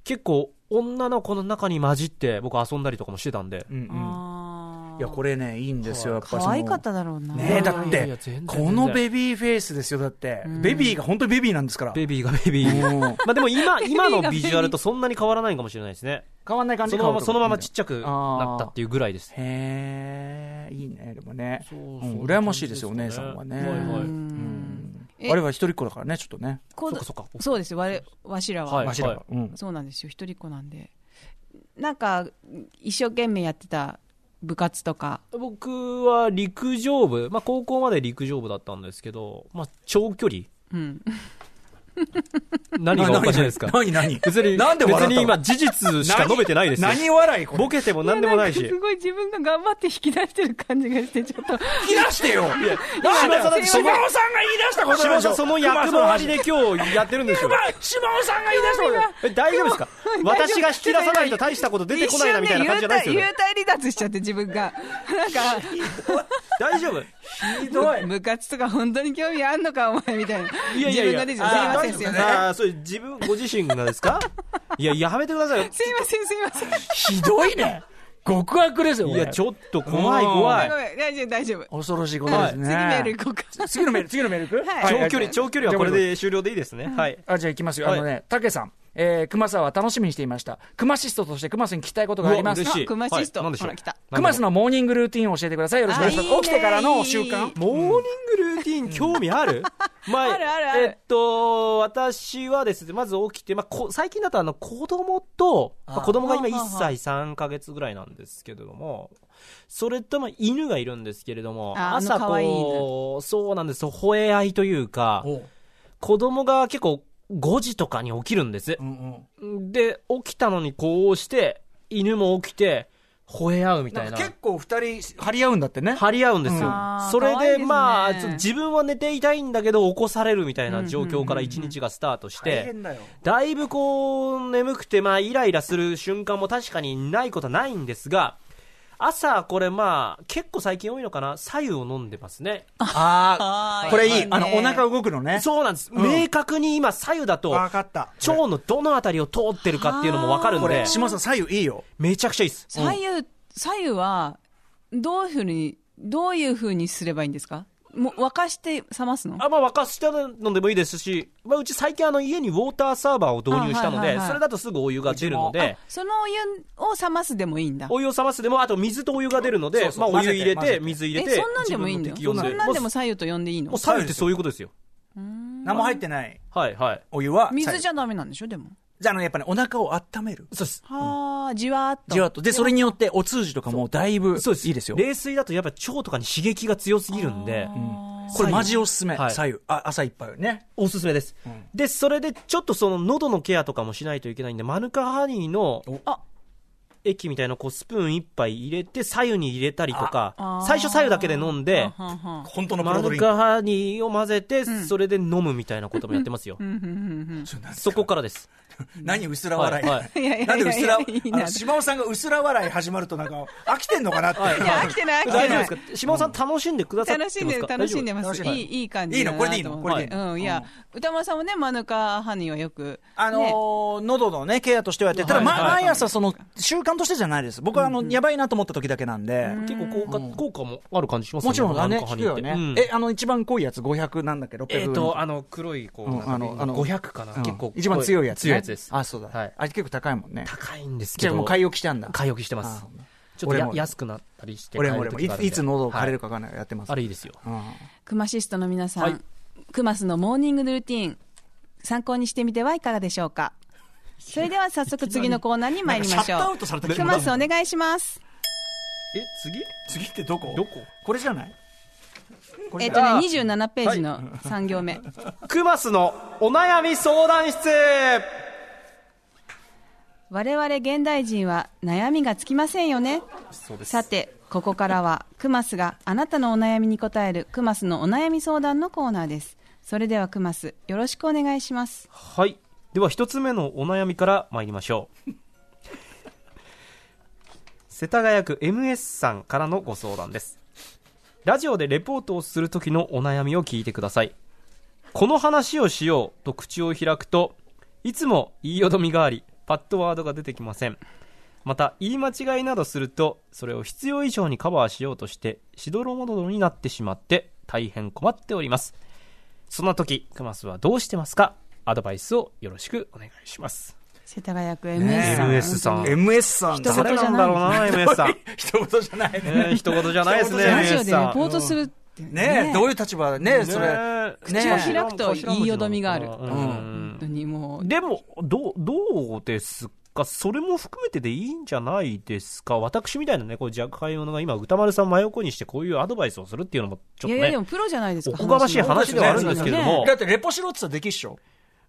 Speaker 3: 結構女の子の中に混じって僕遊んだりとかもしてたんで、
Speaker 4: うんうん
Speaker 5: ああ
Speaker 4: いやこれねいいんですよやっぱり
Speaker 5: 可愛かっただろうな。
Speaker 4: ねえだっ
Speaker 3: いやいや
Speaker 4: て
Speaker 3: 全然
Speaker 4: このベビーフェイスですよだってベビーが本当にベビーなんですから
Speaker 3: ベビーがベビー
Speaker 4: うん
Speaker 3: まあでも 今今のビジュアルとそんなに変わらないかもしれないですね
Speaker 4: 変わんない感じ
Speaker 3: そのままそのままちっちゃくなったっていうぐらいです
Speaker 4: へえいいねでもね
Speaker 3: そう
Speaker 4: う
Speaker 3: そうん
Speaker 4: 羨ましいですよお
Speaker 3: そうで
Speaker 4: 姉
Speaker 3: す
Speaker 4: さ
Speaker 3: ね
Speaker 4: んは
Speaker 3: はいは
Speaker 4: ね
Speaker 3: い
Speaker 4: うん
Speaker 5: え
Speaker 4: あれは一人っ子だからねちょっとね
Speaker 5: 行
Speaker 3: そ
Speaker 5: 動
Speaker 3: っかそっか
Speaker 5: そうですよ、われわしらは。
Speaker 3: はい
Speaker 4: わしらはうん
Speaker 5: そうなんですよ、一人っ子なんで。なんか、一生懸命やってた部活とか、
Speaker 3: 僕は陸上部、まあ、高校まで陸上部だったんですけど、まあ、長距離
Speaker 5: うん。
Speaker 3: 何がおかしいですか
Speaker 4: 何何
Speaker 3: 別に、
Speaker 4: なんで笑ったの
Speaker 3: 別に今事実しか述べてないですよ。
Speaker 4: 何笑いこれ
Speaker 3: ボケても何でもないし。
Speaker 5: やんかすごい自分が頑張って引き出してる感じがして、ちょっと。
Speaker 4: 引き出してよ
Speaker 3: 島
Speaker 4: 島
Speaker 3: 田
Speaker 4: 尾
Speaker 3: さ
Speaker 4: さ
Speaker 3: ん
Speaker 4: ん
Speaker 3: だっ
Speaker 4: が言
Speaker 3: て
Speaker 4: い出
Speaker 3: そこ
Speaker 4: したこと
Speaker 3: 島
Speaker 4: ないでし
Speaker 3: 田
Speaker 4: ょ
Speaker 3: その役回りで今日やってるんでしょ
Speaker 4: 熊島尾さんが言い出したことない
Speaker 3: え、大丈夫ですか
Speaker 5: 熊
Speaker 3: 私が引き出さないと大したこと出てこないなみたいな感じじゃないですよ
Speaker 5: 一
Speaker 3: ね。
Speaker 5: 瞬で幽体離脱しちゃって、自分が。なんか、
Speaker 3: 大丈夫
Speaker 4: ひどい
Speaker 5: 部活とか本当に興味あんのか、お前みたいな。自分が出ちゃう。すいません、すいません。
Speaker 3: ああ、そう、自分、ご自身がですかいや、やめてくださいよ。
Speaker 5: すいません、すいません。
Speaker 4: ひどいね極悪ですよ
Speaker 3: い
Speaker 4: これ
Speaker 3: や、ちょっと怖い
Speaker 4: うん
Speaker 3: 怖い
Speaker 5: ご。めん、大丈夫、大丈夫。
Speaker 4: 恐ろしいことですね
Speaker 5: 次メール行こうか。
Speaker 4: 次のメール次のメール行く
Speaker 5: はい
Speaker 4: はい
Speaker 3: 長距離、長距離はこれで終了でいいですね。はい。
Speaker 4: あじゃあ行きますよ、
Speaker 3: はい
Speaker 4: あのね、竹さん、えー、熊沢は楽しみにしていました、熊シストとして熊さんに聞きたいことがあります
Speaker 3: うわ、嬉しい。
Speaker 5: あ熊シスト
Speaker 3: はい何でしょう
Speaker 5: ほら来た
Speaker 4: 熊さ
Speaker 3: の
Speaker 4: のモーニングルーティンを教えてください、よろしくお願いします、
Speaker 5: あいいね
Speaker 4: 起きてからの習慣、
Speaker 5: い
Speaker 3: モーニングルーティン興味あるま
Speaker 5: あるあるある
Speaker 3: えっと、私はですね、まず起きて、まあ、こ最近だとあの子供と、まあ、子供が今
Speaker 5: はあはあ
Speaker 3: 1歳3ヶ月ぐらいなんですけれども、それとまあ犬がいるんですけれども、
Speaker 5: ああの
Speaker 3: 朝
Speaker 5: 可愛い
Speaker 3: こう、そうなんです、吠え合いというか、
Speaker 4: おう
Speaker 3: 子供が結構5時とかに起きるんです
Speaker 4: う。んうん
Speaker 3: で、起きたのにこうして、犬も起きて、吠え合うみた
Speaker 4: ないん
Speaker 3: な。
Speaker 4: か結構二人張り合うんだってね、
Speaker 3: 張り合うんですよ、
Speaker 4: うん
Speaker 5: あー
Speaker 3: それ
Speaker 5: 可愛いで
Speaker 3: です
Speaker 5: ね
Speaker 3: まあちょっと自分は寝ていたいんだけど起こされるみたいな状況から一日がスタートして、
Speaker 4: だよ、
Speaker 3: だいぶこう眠くてまあイライラする瞬間も確かにないことはないんですが朝これまあ結構最近多いのかな左右を飲んでますね
Speaker 4: あ
Speaker 5: あー
Speaker 4: あ、これいい
Speaker 5: いいね
Speaker 4: あの、お腹動くのね、
Speaker 3: そうなんです、明確に今左右だと
Speaker 4: わ
Speaker 3: 腸
Speaker 4: かった、
Speaker 3: のどの辺りを通ってるかっていうのも分かるん
Speaker 4: こ
Speaker 3: で
Speaker 4: れ、島さん、左右いいよ、
Speaker 3: めちゃくちゃいいです
Speaker 5: 左右、左右は、どういうふうに、どういうふうにすればいいんですかもう沸かして冷ますの
Speaker 3: あまあ、沸かしたのでもいいですし、まあ、うち最近あの家にウォーターサーバーを導入したので、
Speaker 5: あはいはいはい
Speaker 3: それだとすぐお湯が出るので、
Speaker 5: そのお湯を冷ますでもいいんだ。
Speaker 3: お湯を冷ますでも、あと水とお湯が出るので、
Speaker 4: そうそう
Speaker 3: まあ、お湯入れ
Speaker 4: 混ぜ
Speaker 3: て、
Speaker 4: て
Speaker 3: 水入
Speaker 5: え
Speaker 3: れ、て、
Speaker 5: そんなんでもいいんだよ。
Speaker 3: 自
Speaker 5: そ
Speaker 3: 分の
Speaker 5: ん
Speaker 3: 適
Speaker 5: なん
Speaker 3: 温で。
Speaker 5: でも左右と呼んでいいの
Speaker 3: もう左右ってそういうことですよ。
Speaker 4: 何も入ってない
Speaker 3: はいはい。
Speaker 4: お湯は、
Speaker 5: 水じ
Speaker 4: ゃ、
Speaker 5: ゃダメなんでしょでも。
Speaker 4: じゃああの、やっぱね、お腹を温める、
Speaker 3: そうです。
Speaker 5: はあ、じわーっと。
Speaker 4: じわっと、で、それによって、お通じとかもだいぶいいですよ、
Speaker 3: 冷水だとやっぱ腸とかに刺激が強すぎるんで、
Speaker 4: これ、マジおすすめ、
Speaker 3: はい
Speaker 4: 左右、あ朝一杯ね、
Speaker 3: おすすめです。で、それでちょっとその喉のケアとかもしないといけないんで、マヌカハニーの
Speaker 5: あ
Speaker 3: 液みたいなこうスプーン一杯入れて、左右に入れたりとか、最初左右だけで飲んで、
Speaker 5: はんはん
Speaker 4: 本当のプ
Speaker 3: マ
Speaker 4: ロド
Speaker 3: ヌ
Speaker 4: リンク、
Speaker 3: カハニーを混ぜて、それで飲むみたいなこともやってますよ。そこからです。
Speaker 4: 何薄ら笑い。
Speaker 3: はいはい
Speaker 5: いやいやいや
Speaker 4: なんで薄ら、あ
Speaker 5: いいな
Speaker 4: の、島尾さんが薄ら笑い始まるとなんか、飽きてんのかなって。
Speaker 5: いや飽きてない飽きて
Speaker 3: 大丈夫で
Speaker 5: ない
Speaker 3: すか島尾さん楽しんでくださってま
Speaker 5: 楽
Speaker 3: す
Speaker 5: し
Speaker 3: か
Speaker 5: んでる楽しんで
Speaker 3: 大丈夫
Speaker 5: ます
Speaker 4: 楽しんでま
Speaker 5: い
Speaker 4: す
Speaker 5: いいい感じ
Speaker 4: いいの
Speaker 5: だな
Speaker 4: これでいいの
Speaker 5: と思
Speaker 4: これで
Speaker 5: って
Speaker 4: いいの
Speaker 5: うんいや歌丸さんもねマヌカハニーはよく
Speaker 4: あの
Speaker 5: ね
Speaker 4: ー喉のね、ケアとしてはやって、ただ、
Speaker 3: はい
Speaker 4: ま
Speaker 3: はい
Speaker 4: 毎朝その、習慣としてじゃないです。僕は、あの、やばいなと思った時だけなんで。
Speaker 3: 結構効果、効果もある感じしますよね。
Speaker 4: もちろん、あのね、
Speaker 3: なんか
Speaker 4: 聞
Speaker 3: ハ
Speaker 4: く
Speaker 3: ニーっ
Speaker 4: よ
Speaker 3: て
Speaker 4: ね。
Speaker 3: うん
Speaker 4: え、あの、一番濃いやつ500なんだっけ ?600
Speaker 3: えっ、と、あの、黒い、こう、
Speaker 4: うんあのあの
Speaker 3: 500かな、
Speaker 4: うん
Speaker 3: 結構。
Speaker 4: 一番強いやつ、ね。
Speaker 3: 強いやつです。
Speaker 4: あ、そうだ。
Speaker 3: はい
Speaker 4: あれ結構高いもんね。
Speaker 3: 高いんですけ
Speaker 4: じゃ
Speaker 3: ど。
Speaker 4: あもう買い置きしてあんだ。
Speaker 3: 買い置きしてます
Speaker 4: あ。
Speaker 3: ちょっと
Speaker 4: 俺
Speaker 3: や
Speaker 4: も
Speaker 3: 安くなったりして。
Speaker 4: 俺も俺も、
Speaker 3: 買え
Speaker 4: い
Speaker 3: る時がある
Speaker 4: つ
Speaker 3: んで
Speaker 4: いつ喉を枯れるか
Speaker 3: は
Speaker 4: わかんないからやってま
Speaker 3: い
Speaker 4: す。
Speaker 3: あれいいですよ。
Speaker 4: うん
Speaker 5: クマシストの皆さん、
Speaker 3: はい
Speaker 5: クマスのモーニングルーティン参考にしてみてはいかがでしょうかそれでは早速次のコーナーに参りましょ
Speaker 4: なんかシャットアウ
Speaker 5: う
Speaker 4: トされた気が
Speaker 5: クマスお願いします
Speaker 3: え、次
Speaker 4: 次ってどこ
Speaker 3: どこ
Speaker 4: これじゃないこ
Speaker 5: え
Speaker 4: れじ
Speaker 5: っ
Speaker 4: ゃ
Speaker 5: と
Speaker 4: ない
Speaker 5: ね27ページの3行目、
Speaker 3: クマスのお悩み相談室
Speaker 5: 我々現代人は悩みがつきませんよね
Speaker 3: そうです。
Speaker 5: さてここからはクマスがあなたのお悩みに答えるクマスのお悩み相談のコーナーですそれではクマスよろしくお願いします
Speaker 3: はい。では、一つ目のお悩みから参りましょう。世田谷区 MS さんからのご相談です。ラジオでレポートをする時のお悩みを聞いてください。この話をしようと口を開くと、いつも言いよどみがあり、パッとワードが出てきません。また、言い間違いなどすると、それを必要以上にカバーしようとして、しどろもどろになってしまって、大変困っております。そんな時、クマスはどうしてますかアドバイスをよろしくお願いします。
Speaker 5: 世田谷区 MS さん、
Speaker 3: MS さん
Speaker 5: 本当に
Speaker 4: MS さん
Speaker 5: 人
Speaker 4: だ
Speaker 5: 事じゃない
Speaker 3: な、MS さん。
Speaker 4: 一言じゃない ね。
Speaker 3: えー一言じゃないですね、
Speaker 5: ラ
Speaker 3: MS
Speaker 5: ジオでレ
Speaker 3: さ
Speaker 5: ポ
Speaker 3: ん。
Speaker 5: ートするってね
Speaker 4: ねえ、どういう立場ねえ、それ。
Speaker 3: ねえ
Speaker 4: ねえ
Speaker 5: 口を開くと言いよどみがある
Speaker 3: うん
Speaker 5: 本当にもう
Speaker 3: でも、どう、どうですかそれも含めてでいいんじゃないですか私みたいなね、こう、若輩者が今、歌丸さん真横にしてこういうアドバイスをするっていうのも、ちょっと
Speaker 5: いやいやで
Speaker 3: ね
Speaker 5: も、プロじゃないです
Speaker 3: お
Speaker 5: か
Speaker 3: こがましい
Speaker 5: 話
Speaker 3: 話ではあるんですけれども、
Speaker 4: だって、レポしろって言ったらできっしょ。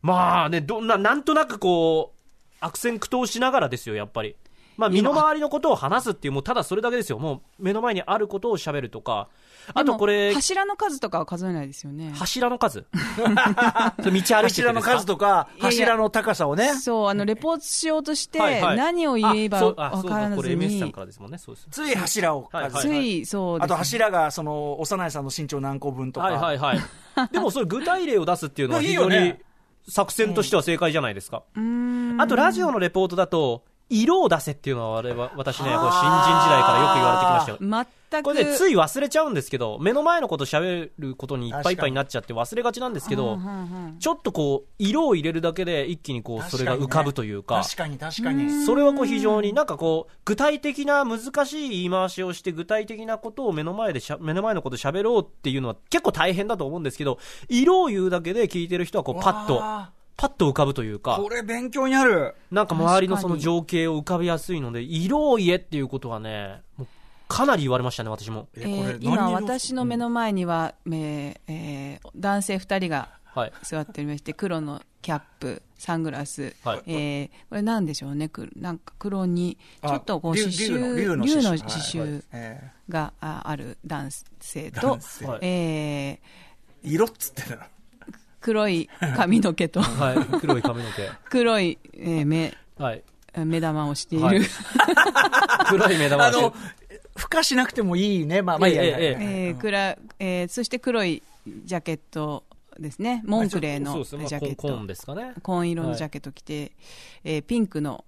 Speaker 3: まあね、どんな、なんとなくこう、悪戦苦闘しながらですよ、やっぱり。まあ、身の回りのことを話すっていう、もうただそれだけですよ。もう、目の前にあることを喋るとか。あ
Speaker 5: で
Speaker 3: と
Speaker 5: も
Speaker 3: これ、
Speaker 5: 柱の数とかは数えないですよね
Speaker 3: 柱の 数。それ道歩いててです
Speaker 4: 柱の数とか、
Speaker 5: いやいや
Speaker 4: 柱の高さをね。
Speaker 5: そうあのレポートしようとして
Speaker 3: はいはい
Speaker 5: 何を言えば
Speaker 3: あそう
Speaker 5: 分
Speaker 3: あそう
Speaker 5: から
Speaker 3: こ
Speaker 5: ず
Speaker 3: れ MS さん
Speaker 5: に
Speaker 3: からですもんね。そうです。
Speaker 4: つい柱を
Speaker 3: はいはい
Speaker 5: ついそうで
Speaker 4: あ
Speaker 5: す
Speaker 4: と柱が、その、幼いさんの身長何個分とか。
Speaker 3: はいはいはい。でもそれ具体例を出すっていうのは
Speaker 4: いやい
Speaker 3: 非
Speaker 4: いよ
Speaker 3: 常
Speaker 4: ね
Speaker 3: に作戦としては正解じゃないですか。あとラジオのレポートだと、色を出せっていうのは我々私ね、こう新人時代からよく言われてきましたよ。
Speaker 5: 全く
Speaker 3: これね、つい忘れちゃうんですけど、目の前のこと喋ることにいっぱいいっぱいになっちゃって忘れがちなんですけど、ちょっとこう、色を入れるだけで一気にこう、それが浮かぶというか、
Speaker 4: 確かに確かに。
Speaker 3: それはこう非常になんかこう、具体的な難しい言い回しをして、具体的なことを目の前でしゃ、目の前のこと喋ろうっていうのは結構大変だと思うんですけど、色を言うだけで聞いてる人はこう、パッと、
Speaker 4: わ
Speaker 3: パッと浮かぶというか
Speaker 4: こ、れ勉強になる。
Speaker 3: なんか周りのその
Speaker 5: 確か
Speaker 3: 情景を浮かびやすいので、色を言えっていうことはね、もうかなり言われましたね、私も。
Speaker 4: え
Speaker 5: えー
Speaker 4: これ
Speaker 5: 今
Speaker 4: 何色
Speaker 5: 私の目の前には、えーえー男性2人が
Speaker 3: はい。
Speaker 5: 座っており まして黒のキャップサングラス、
Speaker 3: はい
Speaker 5: えーこれなんでしょうねくなんか黒にち
Speaker 4: あ
Speaker 5: ょっとこう
Speaker 4: 竜
Speaker 5: 刺繍
Speaker 4: 竜の
Speaker 5: 竜の
Speaker 4: 刺繍
Speaker 5: 刺繍
Speaker 4: え
Speaker 5: があある男性と、
Speaker 4: 男性
Speaker 3: はい
Speaker 5: え
Speaker 4: ー色っつってたら。
Speaker 5: ー黒い髪の毛 と
Speaker 3: はい、黒い髪の毛。
Speaker 5: 黒い、えー目
Speaker 3: はい。
Speaker 5: 目玉をしている、
Speaker 3: はい黒い目玉
Speaker 4: あ
Speaker 3: 足。
Speaker 4: の、付加しなくてもいいね。まあまあいいやいいや
Speaker 3: ええええ
Speaker 5: えー暗えーそして黒いジャケットですねモンクレー
Speaker 3: そう
Speaker 5: の
Speaker 3: で
Speaker 5: ジ
Speaker 3: すね、まあ
Speaker 5: ャケッ
Speaker 3: コーンコーン
Speaker 5: ト
Speaker 3: ですかね。
Speaker 5: 紺色のジャケット着て、えーピンクの、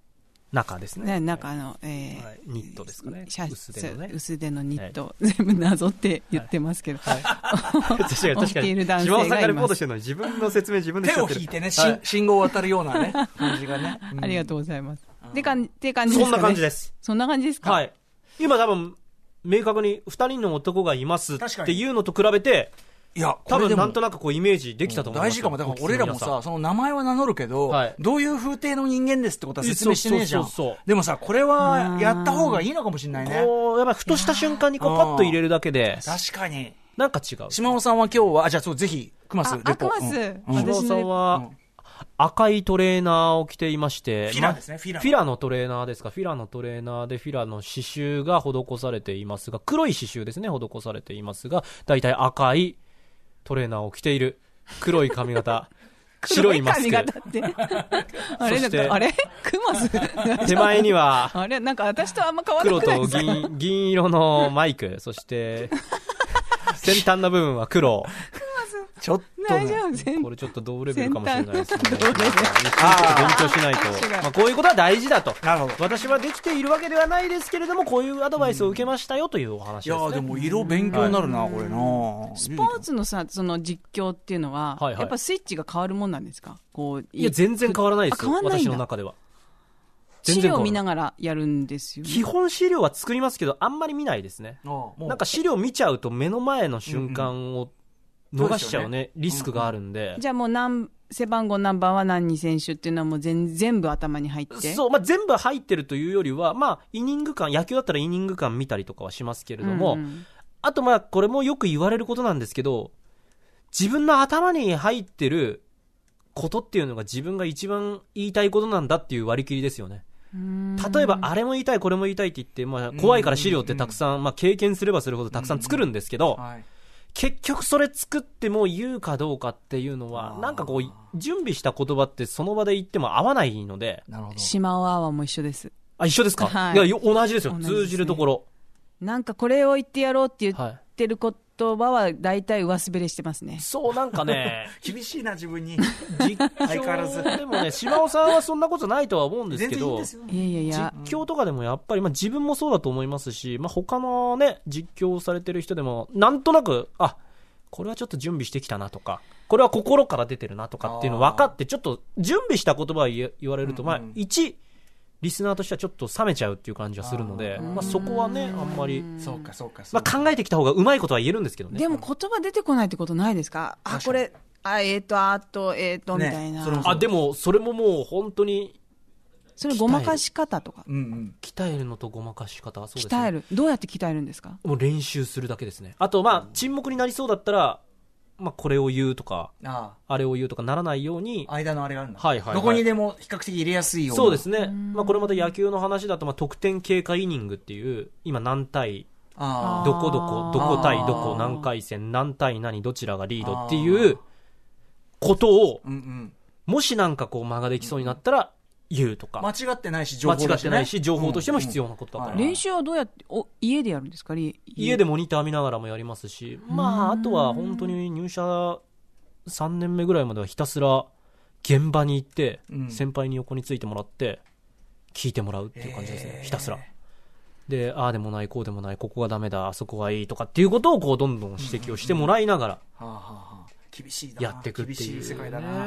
Speaker 3: 中ですね。
Speaker 5: ね、中の、えー
Speaker 3: はいニットですかね。
Speaker 5: シャ
Speaker 3: 薄手のね。
Speaker 5: 薄手のニット、全部なぞって言ってますけど、
Speaker 3: 確かに
Speaker 5: 起きている男性
Speaker 3: 島
Speaker 5: が
Speaker 3: 尾さん
Speaker 5: いま
Speaker 3: が
Speaker 5: す
Speaker 3: レポートしてるのに自分の説明自分でしち
Speaker 4: 手
Speaker 3: ゃっ
Speaker 4: を
Speaker 3: てる
Speaker 4: 引いてね、信信号を渡るよう なね、感じがね。うん
Speaker 5: ありがとうございます。でかんって感じで
Speaker 3: そ
Speaker 5: すか、ね、
Speaker 3: んな感じで。す。
Speaker 5: そんな感じですか、
Speaker 3: はい。今多分、明確に2人の男がいますっ
Speaker 4: 確かに
Speaker 3: ていうのと比べて、
Speaker 4: いや、
Speaker 3: 多
Speaker 4: これで
Speaker 3: 分
Speaker 4: も
Speaker 3: なんとなくこうイメージできたと思います。
Speaker 4: 大事かも。だから俺らもさ、、その名前は名乗るけど、
Speaker 3: はい
Speaker 4: どういう風景の人間ですってことは説明してねえじゃん
Speaker 3: そうそうそうそう。
Speaker 4: でもさ、これはやった方がいいのかもしれないね。
Speaker 3: こう、やっぱりふとした瞬間にこうパッと入れるだけで、
Speaker 4: 確かに。
Speaker 3: なんか違う。
Speaker 4: 島尾さんは今日は、あ、じゃあそう、ぜひ、クマス
Speaker 5: あ
Speaker 4: レ、ポ。
Speaker 5: あくま
Speaker 4: うん
Speaker 5: す、
Speaker 3: 島尾
Speaker 5: 私
Speaker 3: さん
Speaker 5: の
Speaker 3: は、赤いトレーナーを着ていまして、
Speaker 4: フィラですねフィラ
Speaker 3: フィラのトレーナーですか、フィラのトレーナーで、フィラの刺繍が施されていますが、黒い刺繍ですね、施されていますが、大体赤いトレーナーを着ている、黒い髪型、白いマス
Speaker 5: 髪
Speaker 3: ク。
Speaker 5: 型って。 あれ、
Speaker 3: そ
Speaker 5: な
Speaker 3: し
Speaker 5: ん
Speaker 3: て
Speaker 5: か、あれクマス。
Speaker 3: 手前には、
Speaker 5: あれなんか私とあんま変わら
Speaker 3: 黒
Speaker 5: なくないで
Speaker 3: と
Speaker 5: すか
Speaker 3: 銀、銀色のマイク、そして、先端の部分は黒。
Speaker 4: ちょっと
Speaker 5: 大丈夫全
Speaker 3: これちょっと同レベルかもしれないですね。
Speaker 5: 先端同レベル
Speaker 3: ああ、ちょっと勉強しない
Speaker 5: 拍手
Speaker 3: と。
Speaker 5: が
Speaker 3: まあ、こういうことは大事だと。
Speaker 4: なるほど
Speaker 3: 私はできているわけではないですけれども、こういうアドバイスを受けましたよというお話
Speaker 4: い
Speaker 3: で
Speaker 4: や
Speaker 3: す、ね。
Speaker 4: ーでも色勉強になるな、これな
Speaker 5: スポーツのさ、その実況っていうのは、
Speaker 3: はいはい
Speaker 5: やっぱスイッチが変わるもんなんですかこう、
Speaker 3: いや、全然変わらないですよ。
Speaker 5: あ変わんない
Speaker 3: 私
Speaker 5: んだ
Speaker 3: の中では。
Speaker 5: 資料を見な
Speaker 3: が
Speaker 5: がらやるんですよね、
Speaker 3: 基本資料は作りますけど、あんまり見ないですね。
Speaker 4: もう
Speaker 3: なんか資料見ちゃうと目の前の瞬間を逃しちゃ
Speaker 4: そううですよ
Speaker 3: ね、リスクがあるんで。
Speaker 5: じゃあもう何、背番号何番は何に選手っていうのはもう全全部頭に入って。
Speaker 3: そう、まあ、全部入ってるというよりは、まあ、イニング間、野球だったらイニング間見たりとかはしますけれども、
Speaker 5: んん
Speaker 3: あとまあ、これもよく言われることなんですけど、自分の頭に入ってることっていうのが自分が一番言いたいことなんだっていう割り切りですよね。例えば、あれも言いたい、これも言いたいって言って、まあ、怖いから資料ってたくさん、まあ、経験すればするほどたくさん作るんですけど、
Speaker 4: はい
Speaker 3: 結局それ作っても言うかどうかっていうのは、なんかこう、準備した言葉ってその場で言っても合わないので、
Speaker 4: なるほど
Speaker 5: シマオアワも一緒です。
Speaker 3: あ、一緒ですか、、
Speaker 5: はいい
Speaker 3: やよ、同じですよ。
Speaker 5: 同じですね
Speaker 3: 通じるところ。
Speaker 5: なんかこれを言ってやろうって言
Speaker 3: は
Speaker 5: ってる言葉は大体上滑りしてますね
Speaker 3: い。。そう、なんか ね、
Speaker 4: 厳しいな自分に
Speaker 3: 実況
Speaker 4: 相変わらず
Speaker 3: でもね、島尾さんはそんなことないとは思うんです
Speaker 4: 全
Speaker 3: け
Speaker 4: 然いいん
Speaker 3: ど、
Speaker 4: ですよ
Speaker 5: いやいやいや、
Speaker 3: 実況とかでもやっぱり、まあ、自分もそうだと思いますし、まあ、他のね、実況をされてる人でも、なんとなく、あ、これはちょっと準備してきたなとか、これは心から出てるなとかっていうの分かって、ちょっと準備した言葉を言え言われると、まあ、一、リスナーとしてはちょっと冷めちゃうっていう感じがするので、まあ、そこはね、あんまり、
Speaker 4: そうかそうかそ
Speaker 3: ま
Speaker 4: う
Speaker 3: あ、
Speaker 4: か、
Speaker 3: 考えてきた方がうまいことは言えるんですけどね。
Speaker 5: でも言葉出てこないってことないですかあ、これ、あ、えっ、と、あと、えっ、と、
Speaker 4: ね
Speaker 5: みたいな。
Speaker 4: それも
Speaker 3: あでもそれももう本当に
Speaker 5: それごまかし方とか。
Speaker 4: うんうん
Speaker 3: 鍛えるのとごまかし方そうです、ね、
Speaker 5: 鍛える。どうやって鍛えるんですか
Speaker 3: もう練習するだけですねあとまあ沈黙になりそうだったら、まあ、これを言うとか
Speaker 4: あ
Speaker 3: あれを言うとかならないように
Speaker 4: あ間のあれがあるんだ、
Speaker 3: はいはいはい
Speaker 4: どこにでも比較的入れやすいような
Speaker 3: そうですね、まあ、これまた野球の話だと、まあ、得点経過イニングっていう今何対
Speaker 4: あ
Speaker 3: どこどこどこ対どこ
Speaker 4: あー
Speaker 3: 何回戦何対何どちらがリードっていうことを
Speaker 4: あうんうん
Speaker 3: もしなんかこう間ができそうになったら言うとか
Speaker 4: 間違ってないし情
Speaker 3: 間
Speaker 4: 報
Speaker 3: 違
Speaker 4: だ
Speaker 3: っ
Speaker 4: してね
Speaker 3: ないし情報としても必
Speaker 4: 要、
Speaker 3: 要なことだから、
Speaker 4: うんうん
Speaker 5: 練習はどうやって、お、家でやるんですかり
Speaker 3: 家でモニター見ながらもやりますし、まあ、あとは本当に入社3年目ぐらいまではひたすら現場に行って、
Speaker 4: うん
Speaker 3: 先輩に横についてもらって、聞いてもらうっていう感じですね、ひたすら。で、ああでもない、こうでもない、ここがダメだ、あそこはいいとかっていうことをこうどんどん指摘をしてもらいながら
Speaker 4: はあはあはあ厳しいな
Speaker 3: やっていくっていう。
Speaker 4: 厳しい世界だな、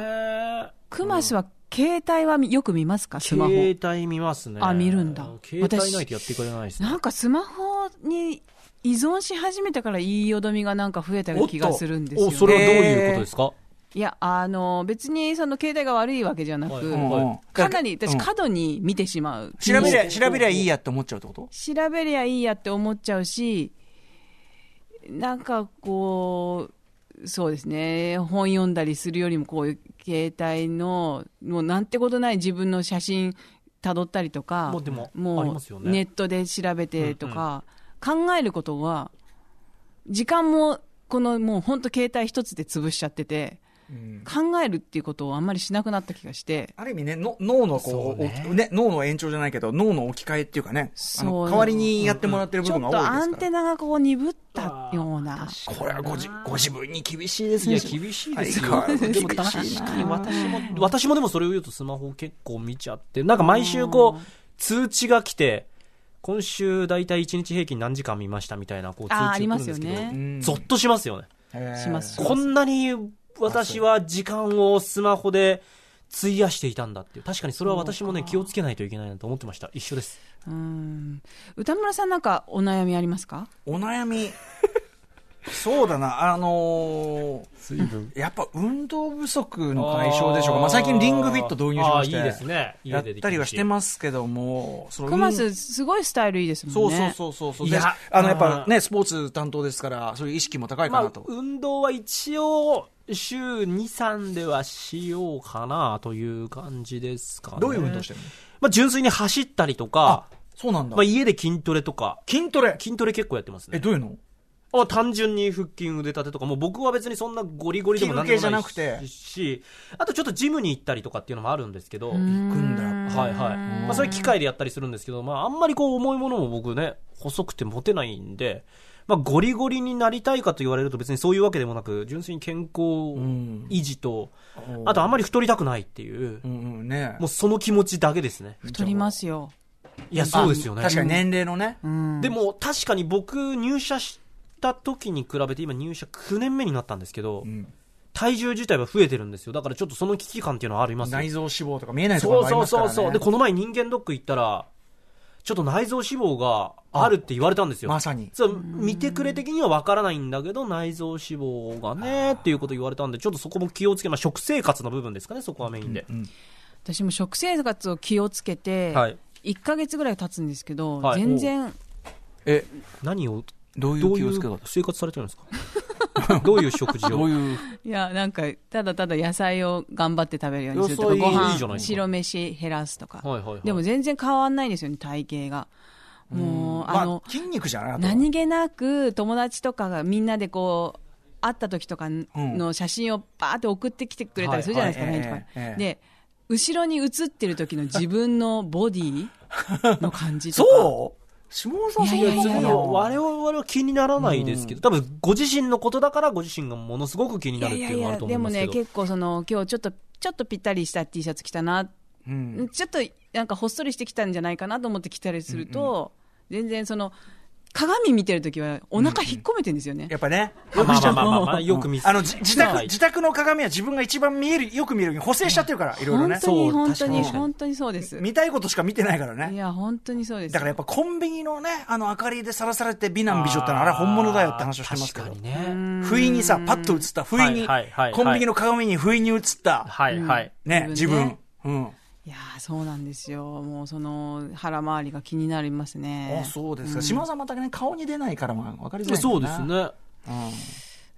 Speaker 3: な。
Speaker 5: クマスは携帯はよく見ますかスマホ。
Speaker 3: 携帯見ますね。
Speaker 5: あ見るんだ
Speaker 3: 携帯ないとやっていかれないですね。
Speaker 5: なんかスマホに依存し始めてからいいよどみがなんか増えたような気がするんですよ、
Speaker 3: お、
Speaker 5: ね。
Speaker 3: それはどういうことですか
Speaker 5: いや、あの、別にその携帯が悪いわけじゃなく、
Speaker 3: は
Speaker 4: うんうん
Speaker 5: かなり私
Speaker 4: うん
Speaker 5: 過度に見てしまう。
Speaker 4: 調べりゃ調べりゃいいやって思っちゃうってこと
Speaker 5: 調べりゃいいやって思っちゃうし、なんかこう、そうですね、本読んだりするよりも、こういう携帯の、もうなんてことない自分の写真たどったりとか、
Speaker 3: もうでも
Speaker 5: も
Speaker 3: あ
Speaker 5: う
Speaker 3: りますよね
Speaker 5: ネットで調べてとか、考えることは、時間も、このもう本当携帯一つで潰しちゃってて、考えるっていうことをあんまりしなくなった気がして、
Speaker 4: ある意味ね、の脳のこうおね、脳の延長じゃないけど、脳の置き換えっていうかね、あ
Speaker 5: そ
Speaker 4: の
Speaker 5: う
Speaker 4: 代わりにやってもらってる部
Speaker 5: ちょ
Speaker 4: 分
Speaker 5: っ
Speaker 4: が
Speaker 5: とア
Speaker 4: 多い
Speaker 5: ン
Speaker 4: で
Speaker 5: テ
Speaker 4: すか
Speaker 5: ナがこう鈍ったような。
Speaker 4: ら。これはごじご自分に厳しいです
Speaker 3: い
Speaker 4: ね。
Speaker 3: や、厳しいです
Speaker 4: 相
Speaker 3: よ。
Speaker 4: 変わらず
Speaker 3: でも確かに私も、私もでもそれを言うとスマホ結構見ちゃって、なんか毎週こう、通知が来て、今週大体1日平均何時間見ましたみたいな、こう通知
Speaker 5: あー
Speaker 3: が
Speaker 5: あ
Speaker 3: 来
Speaker 5: り
Speaker 3: るん
Speaker 5: ま
Speaker 3: ですす
Speaker 5: よ
Speaker 3: けど、
Speaker 5: ね。
Speaker 4: うん
Speaker 3: ゾッとしますよね。
Speaker 4: へー
Speaker 5: します
Speaker 3: こんなに私は時間をスマホで費やしていたんだっていう。確かにそれは私もね、気をつけないといけないなと思ってました。一緒です。
Speaker 5: うん歌村さんなんかお悩みありますか
Speaker 4: お悩み。そうだな、あのー、やっぱ運動不足の解消でしょうか。まあ、最近リングフィット導入しまして。
Speaker 3: あーいいですね。
Speaker 4: やったりはして
Speaker 3: す。
Speaker 4: ますけども、その
Speaker 5: クマスすごいスタイルいいですもんね
Speaker 4: そうそうそうそうそう。
Speaker 3: い
Speaker 4: い
Speaker 3: や
Speaker 4: や、あの、やっぱ
Speaker 3: う
Speaker 4: ね、スポーツ担当ですから、そういう意識も高いか
Speaker 3: ま
Speaker 4: な
Speaker 3: あ
Speaker 4: と、。
Speaker 3: 運動は一応、週2、3ではしようかなという感じですかね。
Speaker 4: どういう運動してるの
Speaker 3: まあ、純粋に走ったりとか、
Speaker 4: そうなんだ
Speaker 3: まあ、。家で筋トレとか、
Speaker 4: 筋トレ
Speaker 3: 筋トレ結構やってます
Speaker 4: え、
Speaker 3: ね。
Speaker 4: どういうの
Speaker 3: あ単純に腹筋腕立てとかもう僕は別にそんなゴリゴリでもなんでも
Speaker 4: 器具系じゃ
Speaker 3: ない
Speaker 4: なくて
Speaker 3: しあとちょっとジムに行ったりとかっていうのもあるんですけど、
Speaker 4: 行くんだ
Speaker 3: はいはい。まあ、それ機械でやったりするんですけど、まあ、あんまりこう、重いものも僕ね、細くて持てないんで、まあ、ゴリゴリになりたいかと言われると別にそういうわけでもなく、純粋に健康
Speaker 6: ん
Speaker 3: 維持と、
Speaker 6: お
Speaker 3: あとあんまり太りたくないっていう、
Speaker 6: うんうんね
Speaker 3: もうその気持ちだけですね。
Speaker 5: 太りますよ。
Speaker 3: いや、そうですよね。
Speaker 6: 確かに年齢のね
Speaker 5: うん。
Speaker 3: でも、確かに僕、入社した時に比べて、今入社9年目になったんですけど、体重自体は増えてるんですよ。だからちょっとその危機感っていうのはありますね
Speaker 6: 内臓脂肪とか見えないところ
Speaker 3: そう
Speaker 6: もあり
Speaker 3: そう
Speaker 6: ますから
Speaker 3: そ
Speaker 6: ね
Speaker 3: うそう。で、この前人間ドック行ったら、ちょっと内臓脂肪があるって言われたんですよ。
Speaker 6: まさに
Speaker 3: そう見てくれ的にはわからないんだけど、内臓脂肪がね、っていうこと言われたんで、ちょっとそこも気をつけ、まあ、食生活の部分ですかね、そこはメインで。
Speaker 5: 私も食生活を気をつけて、
Speaker 3: はい。
Speaker 5: 1ヶ月ぐらい経つんですけど、
Speaker 3: はい
Speaker 5: 全然、
Speaker 6: え
Speaker 3: 何を、
Speaker 6: どうい
Speaker 3: ど
Speaker 6: う
Speaker 3: う
Speaker 6: 気
Speaker 3: い
Speaker 6: をつ
Speaker 3: う
Speaker 6: け方
Speaker 3: 生活されてるんですか どういう食事を
Speaker 6: どういう
Speaker 5: いや、なんか、ただただ野菜を頑張って食べるようにするとか、
Speaker 6: よそい
Speaker 5: ご
Speaker 3: いいじゃない
Speaker 5: 飯、
Speaker 3: ですか
Speaker 5: 白飯減らすとか、
Speaker 3: はいはいはい
Speaker 5: でも全然変わんないんですよね、体型が。もう、あの
Speaker 4: ま、あ、筋肉じゃないあとは
Speaker 5: 何気なく友達とかがみんなでこう会った時とかの写真をバーって送ってきてくれたりするじゃないです
Speaker 4: は
Speaker 5: か、
Speaker 4: いはい
Speaker 5: メールとかに
Speaker 4: ええええ
Speaker 5: で後ろに写ってる時の自分のボディの感じとか
Speaker 4: そう下尾さんそん
Speaker 5: いやい
Speaker 4: な
Speaker 5: や
Speaker 4: い
Speaker 5: や
Speaker 4: そ
Speaker 5: いうや
Speaker 4: な
Speaker 5: よ
Speaker 3: 我々は気にならないですけど、多分ご自身のことだからご自身がものすごく気になるっていうのがあると思
Speaker 5: で
Speaker 3: いま
Speaker 5: も
Speaker 3: すけ
Speaker 5: ね
Speaker 3: ど。
Speaker 5: 結構その今日ちょっとちょっとぴったりした T シャツ着たな、ちょっとなんかほっそりしてきたんじゃないかなと思って着たりすると、全然その鏡見てる時はお腹引っ込めてるんですよね、
Speaker 4: やっぱね
Speaker 3: まあまあまあまあまあ、よく見せ
Speaker 4: あのじ自
Speaker 3: は
Speaker 4: 宅
Speaker 3: い
Speaker 4: 自宅の鏡は自分が一番見えるよく見えるように補正しちゃってるからいろいろ
Speaker 5: 本
Speaker 4: ね
Speaker 5: 当に
Speaker 3: そう
Speaker 5: 本当に
Speaker 3: 確かに
Speaker 5: 本当にそうです
Speaker 4: 見たいことしか見てないから
Speaker 5: い
Speaker 4: ね
Speaker 5: や本当にそうです
Speaker 4: だからやっぱコンビニのねあの明かりでさらされて美男美女ってのはあれは本物だよって話をしてますけ
Speaker 3: あ
Speaker 4: ど
Speaker 3: ー確かにね。
Speaker 4: 不意にさパッと映った不意
Speaker 3: はいは
Speaker 4: に
Speaker 3: いはいはい
Speaker 4: コンビニの鏡に不意に映った
Speaker 3: はいはい。
Speaker 4: ね
Speaker 5: 自
Speaker 4: 自
Speaker 5: 分
Speaker 4: 分
Speaker 5: ね
Speaker 4: うん
Speaker 5: いやーそうなんですよもうその腹回りが気になりますね
Speaker 4: あそうですか島尾さんまたね顔に出ないからまあわかりづらいんだ
Speaker 3: そ
Speaker 4: よ
Speaker 3: うで
Speaker 4: な
Speaker 3: すね。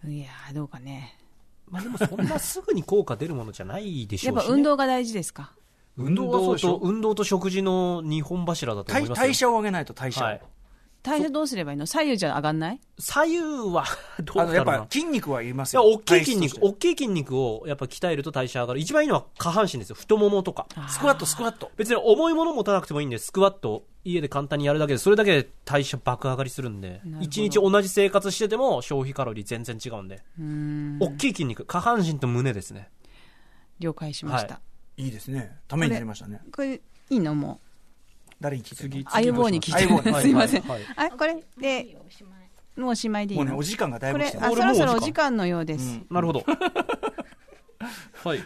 Speaker 5: いやーどうかね
Speaker 3: まあでもそんなすぐに効果出るものじゃないでし
Speaker 5: や
Speaker 3: ょ
Speaker 5: っ
Speaker 3: うし、
Speaker 5: ぱ
Speaker 3: ね。
Speaker 5: 運動が大事ですか
Speaker 3: 運動
Speaker 4: 運動はそう
Speaker 3: と
Speaker 4: でしょ
Speaker 3: 運動と食事の二本柱だと思
Speaker 4: 代
Speaker 3: いますよ。
Speaker 4: 代謝を上げないと代謝を
Speaker 3: はい。
Speaker 5: 体重どうすればいいの左右じゃ上がんない
Speaker 3: 左右はどうだ
Speaker 4: あ
Speaker 3: ろ
Speaker 4: の
Speaker 3: う
Speaker 4: やっ
Speaker 3: な。
Speaker 4: ぱ筋肉はいります
Speaker 3: いや
Speaker 4: よ
Speaker 3: 大きい筋肉、
Speaker 4: 体質とし
Speaker 3: 大きい筋肉をやっぱ鍛えると代謝上がる。一番いいのは下半身ですよ。太ももとか。
Speaker 4: てスクワットスクワット
Speaker 3: 別に重いもの持たなくてもいいんで、スクワット家で簡単にやるだけで、それだけで代謝爆上がりするんで
Speaker 5: ほ、ど
Speaker 3: 一日同じ生活してても消費カロリー全然違うんで。大きい筋肉、下半身と胸ですね。
Speaker 5: 了解しました、
Speaker 3: はい
Speaker 4: いいですねためになりましたね
Speaker 5: これいいのも
Speaker 4: 誰に聞いてる
Speaker 5: う相棒に聞い
Speaker 4: 相棒
Speaker 5: て
Speaker 4: に
Speaker 5: る
Speaker 4: はい
Speaker 5: すいません、
Speaker 3: はいはい
Speaker 5: あこれでもうおしまいでい
Speaker 4: も
Speaker 5: いう
Speaker 4: ね
Speaker 5: の
Speaker 4: お時間がだい
Speaker 5: こ
Speaker 4: ぶ
Speaker 5: れ
Speaker 4: 来
Speaker 5: あ
Speaker 4: て
Speaker 5: そ
Speaker 4: る
Speaker 5: ろそろお時間のようです、
Speaker 3: なるほ ど。はい。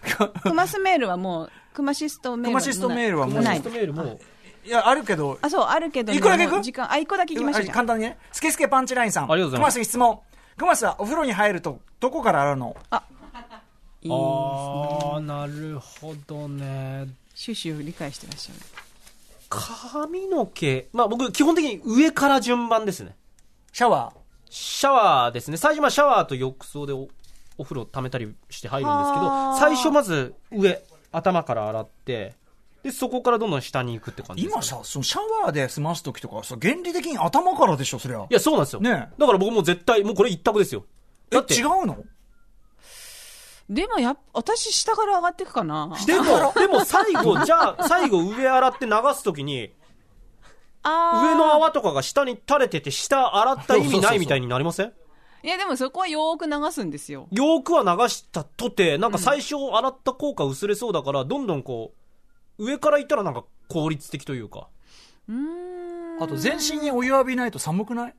Speaker 5: クマスメールはもうクマシストメール
Speaker 4: クマシストメールはもう
Speaker 5: ない
Speaker 3: メールも、
Speaker 4: いやあるけど
Speaker 5: あそうあるけどね
Speaker 4: いくらだけいく
Speaker 5: もう時間あ一個だけいきましょうじゃあ
Speaker 4: 簡単にねスケスケパンチラインさん
Speaker 3: ありがとうございます
Speaker 4: 熊瀬質問熊瀬はお風呂に入るとどこから洗うの
Speaker 5: いい
Speaker 3: ああ、なるほどね。
Speaker 5: シュシュ理解してらっしゃる
Speaker 3: 髪の毛、まあ僕、基本的に上から順番ですね。
Speaker 4: シャワー
Speaker 3: シャワーですね。最初、まあシャワーと浴槽でおお風呂溜めたりして入るんですけ
Speaker 5: は
Speaker 3: ど、
Speaker 5: ー
Speaker 3: 最初まず上、頭から洗って、で、そこからどんどん下に行くって感じですかね、
Speaker 4: 今さそのシャワーで済ます時とかさ原理的に頭からでしょそりゃ
Speaker 3: いや、そうなんですよ。
Speaker 4: ねえ
Speaker 3: だから僕もう絶対、もうこれ一択ですよ。
Speaker 4: え
Speaker 3: だって
Speaker 4: 違うの
Speaker 5: でもやっ私下から上がっていくかな
Speaker 3: でも、でも最後、じゃあ、最後上洗って流すときに、
Speaker 5: あー
Speaker 3: 上の泡とかが下に垂れてて、下洗った意味ないみたいになりません
Speaker 5: いやでもそこはよーく流すんですよ
Speaker 3: よくは流したとて、なんか最初洗った効果薄れそうだから、どんどんこう、上からいったらなんか効率的というか。
Speaker 5: うーん
Speaker 4: あと全身にお湯浴びないと寒くない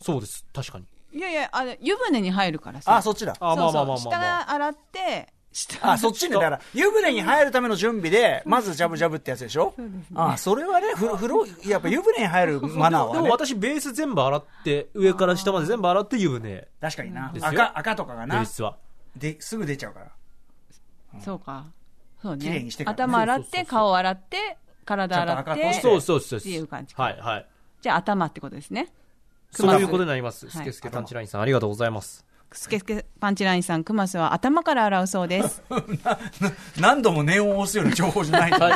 Speaker 3: そうです、確かに。
Speaker 5: いやいやあれ湯船に入るからさ
Speaker 4: あそっちだ
Speaker 3: あ、まあまあまあ
Speaker 5: そうそう
Speaker 3: まあ、まあ。
Speaker 5: 下洗って下
Speaker 4: あそっちねだから湯船に入るための準備でまずジャブジャブってやつでしょあそれはねふ風呂やっぱ湯船に入るマナー
Speaker 3: でも
Speaker 4: はね
Speaker 3: 私ベース全部洗って、上から下まで全部洗って湯船、
Speaker 4: 確かにな
Speaker 3: ですよ
Speaker 4: 赤赤とかが
Speaker 3: ベー
Speaker 4: な
Speaker 3: スは。
Speaker 4: ですぐ出ちゃうから
Speaker 5: そうかそう
Speaker 4: 綺麗
Speaker 5: ね
Speaker 4: にしてからね
Speaker 5: 頭洗って顔洗って体
Speaker 4: ちゃんと
Speaker 5: 洗っ
Speaker 4: 赤くしてて
Speaker 3: そうそうそうそう。
Speaker 5: っていう感じか
Speaker 3: はいはい。
Speaker 5: じゃあ頭ってことですね
Speaker 3: そういうことになります。
Speaker 5: い
Speaker 3: スケスケパンチラインさん、ありがとうございます。
Speaker 5: スケスケパンチラインさんクマスは頭から洗うそうです
Speaker 4: 何度も念を押すような情報じゃないと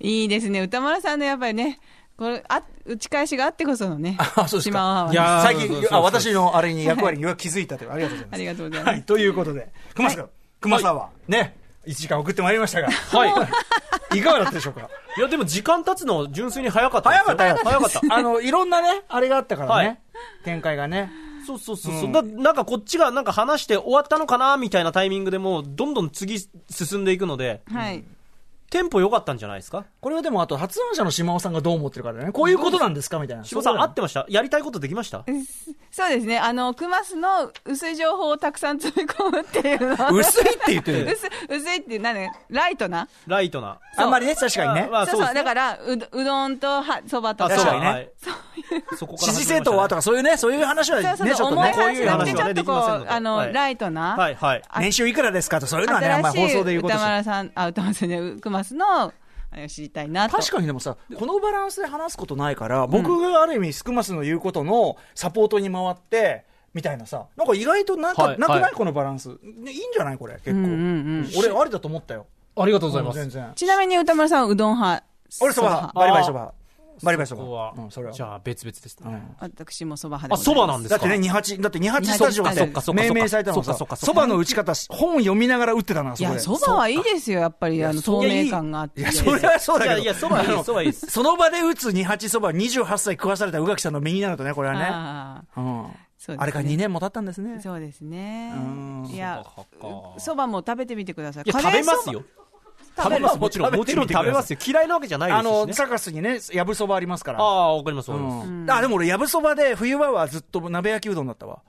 Speaker 5: いいですね歌丸さんのやっぱりねこれあ打ち返しがあってこそのね
Speaker 6: あそうですか
Speaker 5: シマワワ
Speaker 3: いや
Speaker 5: の
Speaker 3: ー
Speaker 4: 最
Speaker 3: そうそうそう、
Speaker 4: 近
Speaker 3: そう
Speaker 4: あ私のあれに役割に気づいたという、ありがとうございま
Speaker 5: あ
Speaker 4: す。
Speaker 5: りがとうございます、
Speaker 4: はい、ということで、熊さん、熊さんは、ね、1時間送ってまいりましたが、いかがだったでしょうか。
Speaker 3: いや、でも時間経つの純粋に早かったですよ。
Speaker 4: 早かった
Speaker 3: 早かった。
Speaker 6: あの、いろんなね、あれがあったから
Speaker 3: はい
Speaker 6: ね。展開がね。
Speaker 3: そうそうそうそう、だなんかこっちがなんか話して終わったのかなみたいなタイミングでもうどんどん次進んでいくので、
Speaker 5: はい
Speaker 3: テンポ良かったんじゃないですか
Speaker 6: これはでも、あと、発案者の島尾さんがどう思ってるかだよね。こういうことなんですかみたいな。
Speaker 3: 志保さん合ってましたやりたいことできました
Speaker 5: そうですねあのクマスの薄い情報をたくさん詰め込むっていうの
Speaker 6: 薄いって言ってる。
Speaker 5: 薄薄いっていうなんだよライトな
Speaker 3: ライトな。
Speaker 6: あんまりね、確かにね。
Speaker 3: まあ
Speaker 5: そう
Speaker 3: そう
Speaker 5: そう
Speaker 3: ですね
Speaker 5: だからうどうどんとはそばと
Speaker 3: あ、
Speaker 5: か
Speaker 3: そう
Speaker 4: 確かにね
Speaker 3: はい、そこか
Speaker 6: 支持
Speaker 3: ら始めましたね
Speaker 6: 政党はとか、そういうね、そういう話はね、
Speaker 5: そう
Speaker 6: ち
Speaker 5: そう
Speaker 6: ょっと
Speaker 5: そう重い
Speaker 6: ね、こう
Speaker 5: 話
Speaker 6: い
Speaker 5: じ
Speaker 6: う
Speaker 5: ゃなく
Speaker 6: 話
Speaker 5: て
Speaker 3: は
Speaker 5: ち
Speaker 3: ね
Speaker 5: ょっとこう、
Speaker 3: できませんので
Speaker 5: あの、
Speaker 3: はい
Speaker 5: ライトな、
Speaker 3: はい、はい。
Speaker 5: あ
Speaker 6: 年収いくらですかと、そういうのはね、あんま
Speaker 5: 新
Speaker 6: り
Speaker 5: しい
Speaker 6: 放送で言うこと
Speaker 5: 歌
Speaker 6: しない
Speaker 5: 丸さんあ歌丸さんじゃないクマスのあれを知りたいなと
Speaker 6: 確かにでもさ、このバランスで話すことないから、
Speaker 4: 僕がある意味、スクマスの言うことのサポートに回って、みたいなさ、
Speaker 6: なんか意外となん
Speaker 3: は
Speaker 6: か
Speaker 3: い
Speaker 6: なく
Speaker 3: は
Speaker 6: ないいこのバランス。ねいいんじゃないこれ、結
Speaker 5: うんうん
Speaker 6: 構。
Speaker 5: うん
Speaker 6: 俺、ありだと思ったよ。
Speaker 3: ありがとうご
Speaker 6: 全然。
Speaker 5: ちなみに歌丸さんはうどん派
Speaker 4: 俺そば
Speaker 5: 派
Speaker 4: 派、バリバリそば派。バリバリそ
Speaker 3: そ
Speaker 4: ば
Speaker 3: こは、
Speaker 4: 派。うん、それは。
Speaker 3: じゃあ別々ですね。
Speaker 5: 私もそば
Speaker 3: あ、
Speaker 5: 派で
Speaker 3: そばなんです
Speaker 4: だ
Speaker 3: か
Speaker 4: ってね、28、だって28スタジオ
Speaker 5: そっか
Speaker 3: そ
Speaker 4: っ
Speaker 3: っか
Speaker 4: て命名されたのさ
Speaker 3: そっか、そっか
Speaker 4: そばの打ち方、本読みながら打ってたな、
Speaker 5: い
Speaker 4: そこ
Speaker 5: や
Speaker 4: で。
Speaker 5: そばはいいですよやっぱりあの透明感があって
Speaker 4: いや、それはそうだけ
Speaker 3: い
Speaker 4: ど。
Speaker 3: やいや、 そばいい です、そばいいです。
Speaker 4: その場で打つ28そば28歳食わされた宇垣さんの身になるとね、これはね。
Speaker 5: あー
Speaker 4: うん
Speaker 5: そうですね
Speaker 4: あれから2年も経ったんですね。
Speaker 5: そうですね
Speaker 4: うん
Speaker 5: いや
Speaker 3: そば派か
Speaker 5: そばも食べてみてください
Speaker 3: いや、
Speaker 5: カ
Speaker 3: 食
Speaker 5: レ
Speaker 3: べ
Speaker 5: ーそば
Speaker 3: ますよ。食べます、もちろん。もちろん食べますよ。嫌いなわけじゃないです
Speaker 4: あ
Speaker 3: し、ね。
Speaker 4: の、サカスにね、やぶそばありますから。
Speaker 3: ああ、わかります、わ
Speaker 4: う
Speaker 3: かります。
Speaker 4: んあ、でも俺、やぶそばで、冬場はずっと鍋焼きうどんだったわ。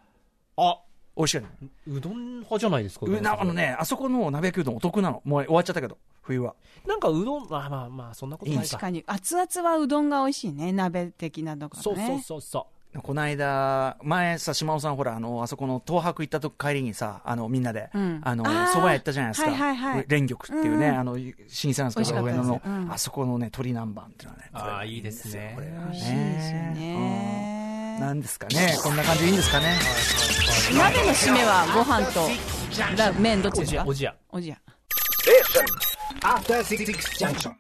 Speaker 3: あ、
Speaker 4: 美味しいよね。
Speaker 3: うどん派じゃないですか。
Speaker 4: うなあのね、あそこの鍋焼きうどんお得なの。もう終わっちゃったけど、冬は。
Speaker 3: なんかうどん、まあまあまあ、そんなことない
Speaker 5: 確
Speaker 3: か。
Speaker 5: かに熱々はうどんが美味しいね鍋的なとかね
Speaker 3: そうそうそうそう。
Speaker 4: この間、前さ、島尾さん、ほら、あの、あそこの東博行ったと帰りにさ、あの、みんなで、
Speaker 5: うん
Speaker 4: あの、
Speaker 5: あー
Speaker 4: 蕎麦屋行ったじゃないですか。
Speaker 5: はいはいはい
Speaker 4: 連玉っていうね、
Speaker 5: うん
Speaker 4: あの、老舗なんですけ
Speaker 5: 美味し
Speaker 4: ど、
Speaker 5: かった
Speaker 4: 上
Speaker 5: です
Speaker 4: 野の、
Speaker 5: うん
Speaker 4: あそこのね、鳥南蛮っていうのはね。
Speaker 3: あー
Speaker 4: これはい
Speaker 3: いですね
Speaker 4: これは
Speaker 5: 美味しいですよね
Speaker 4: うんなんですかね、こんな感じでいいんですかね。
Speaker 5: 鍋の締めはご飯とだ麺どっち
Speaker 3: お
Speaker 5: です
Speaker 3: じや
Speaker 5: か
Speaker 3: おじや。
Speaker 5: おじや
Speaker 8: After Six Junction.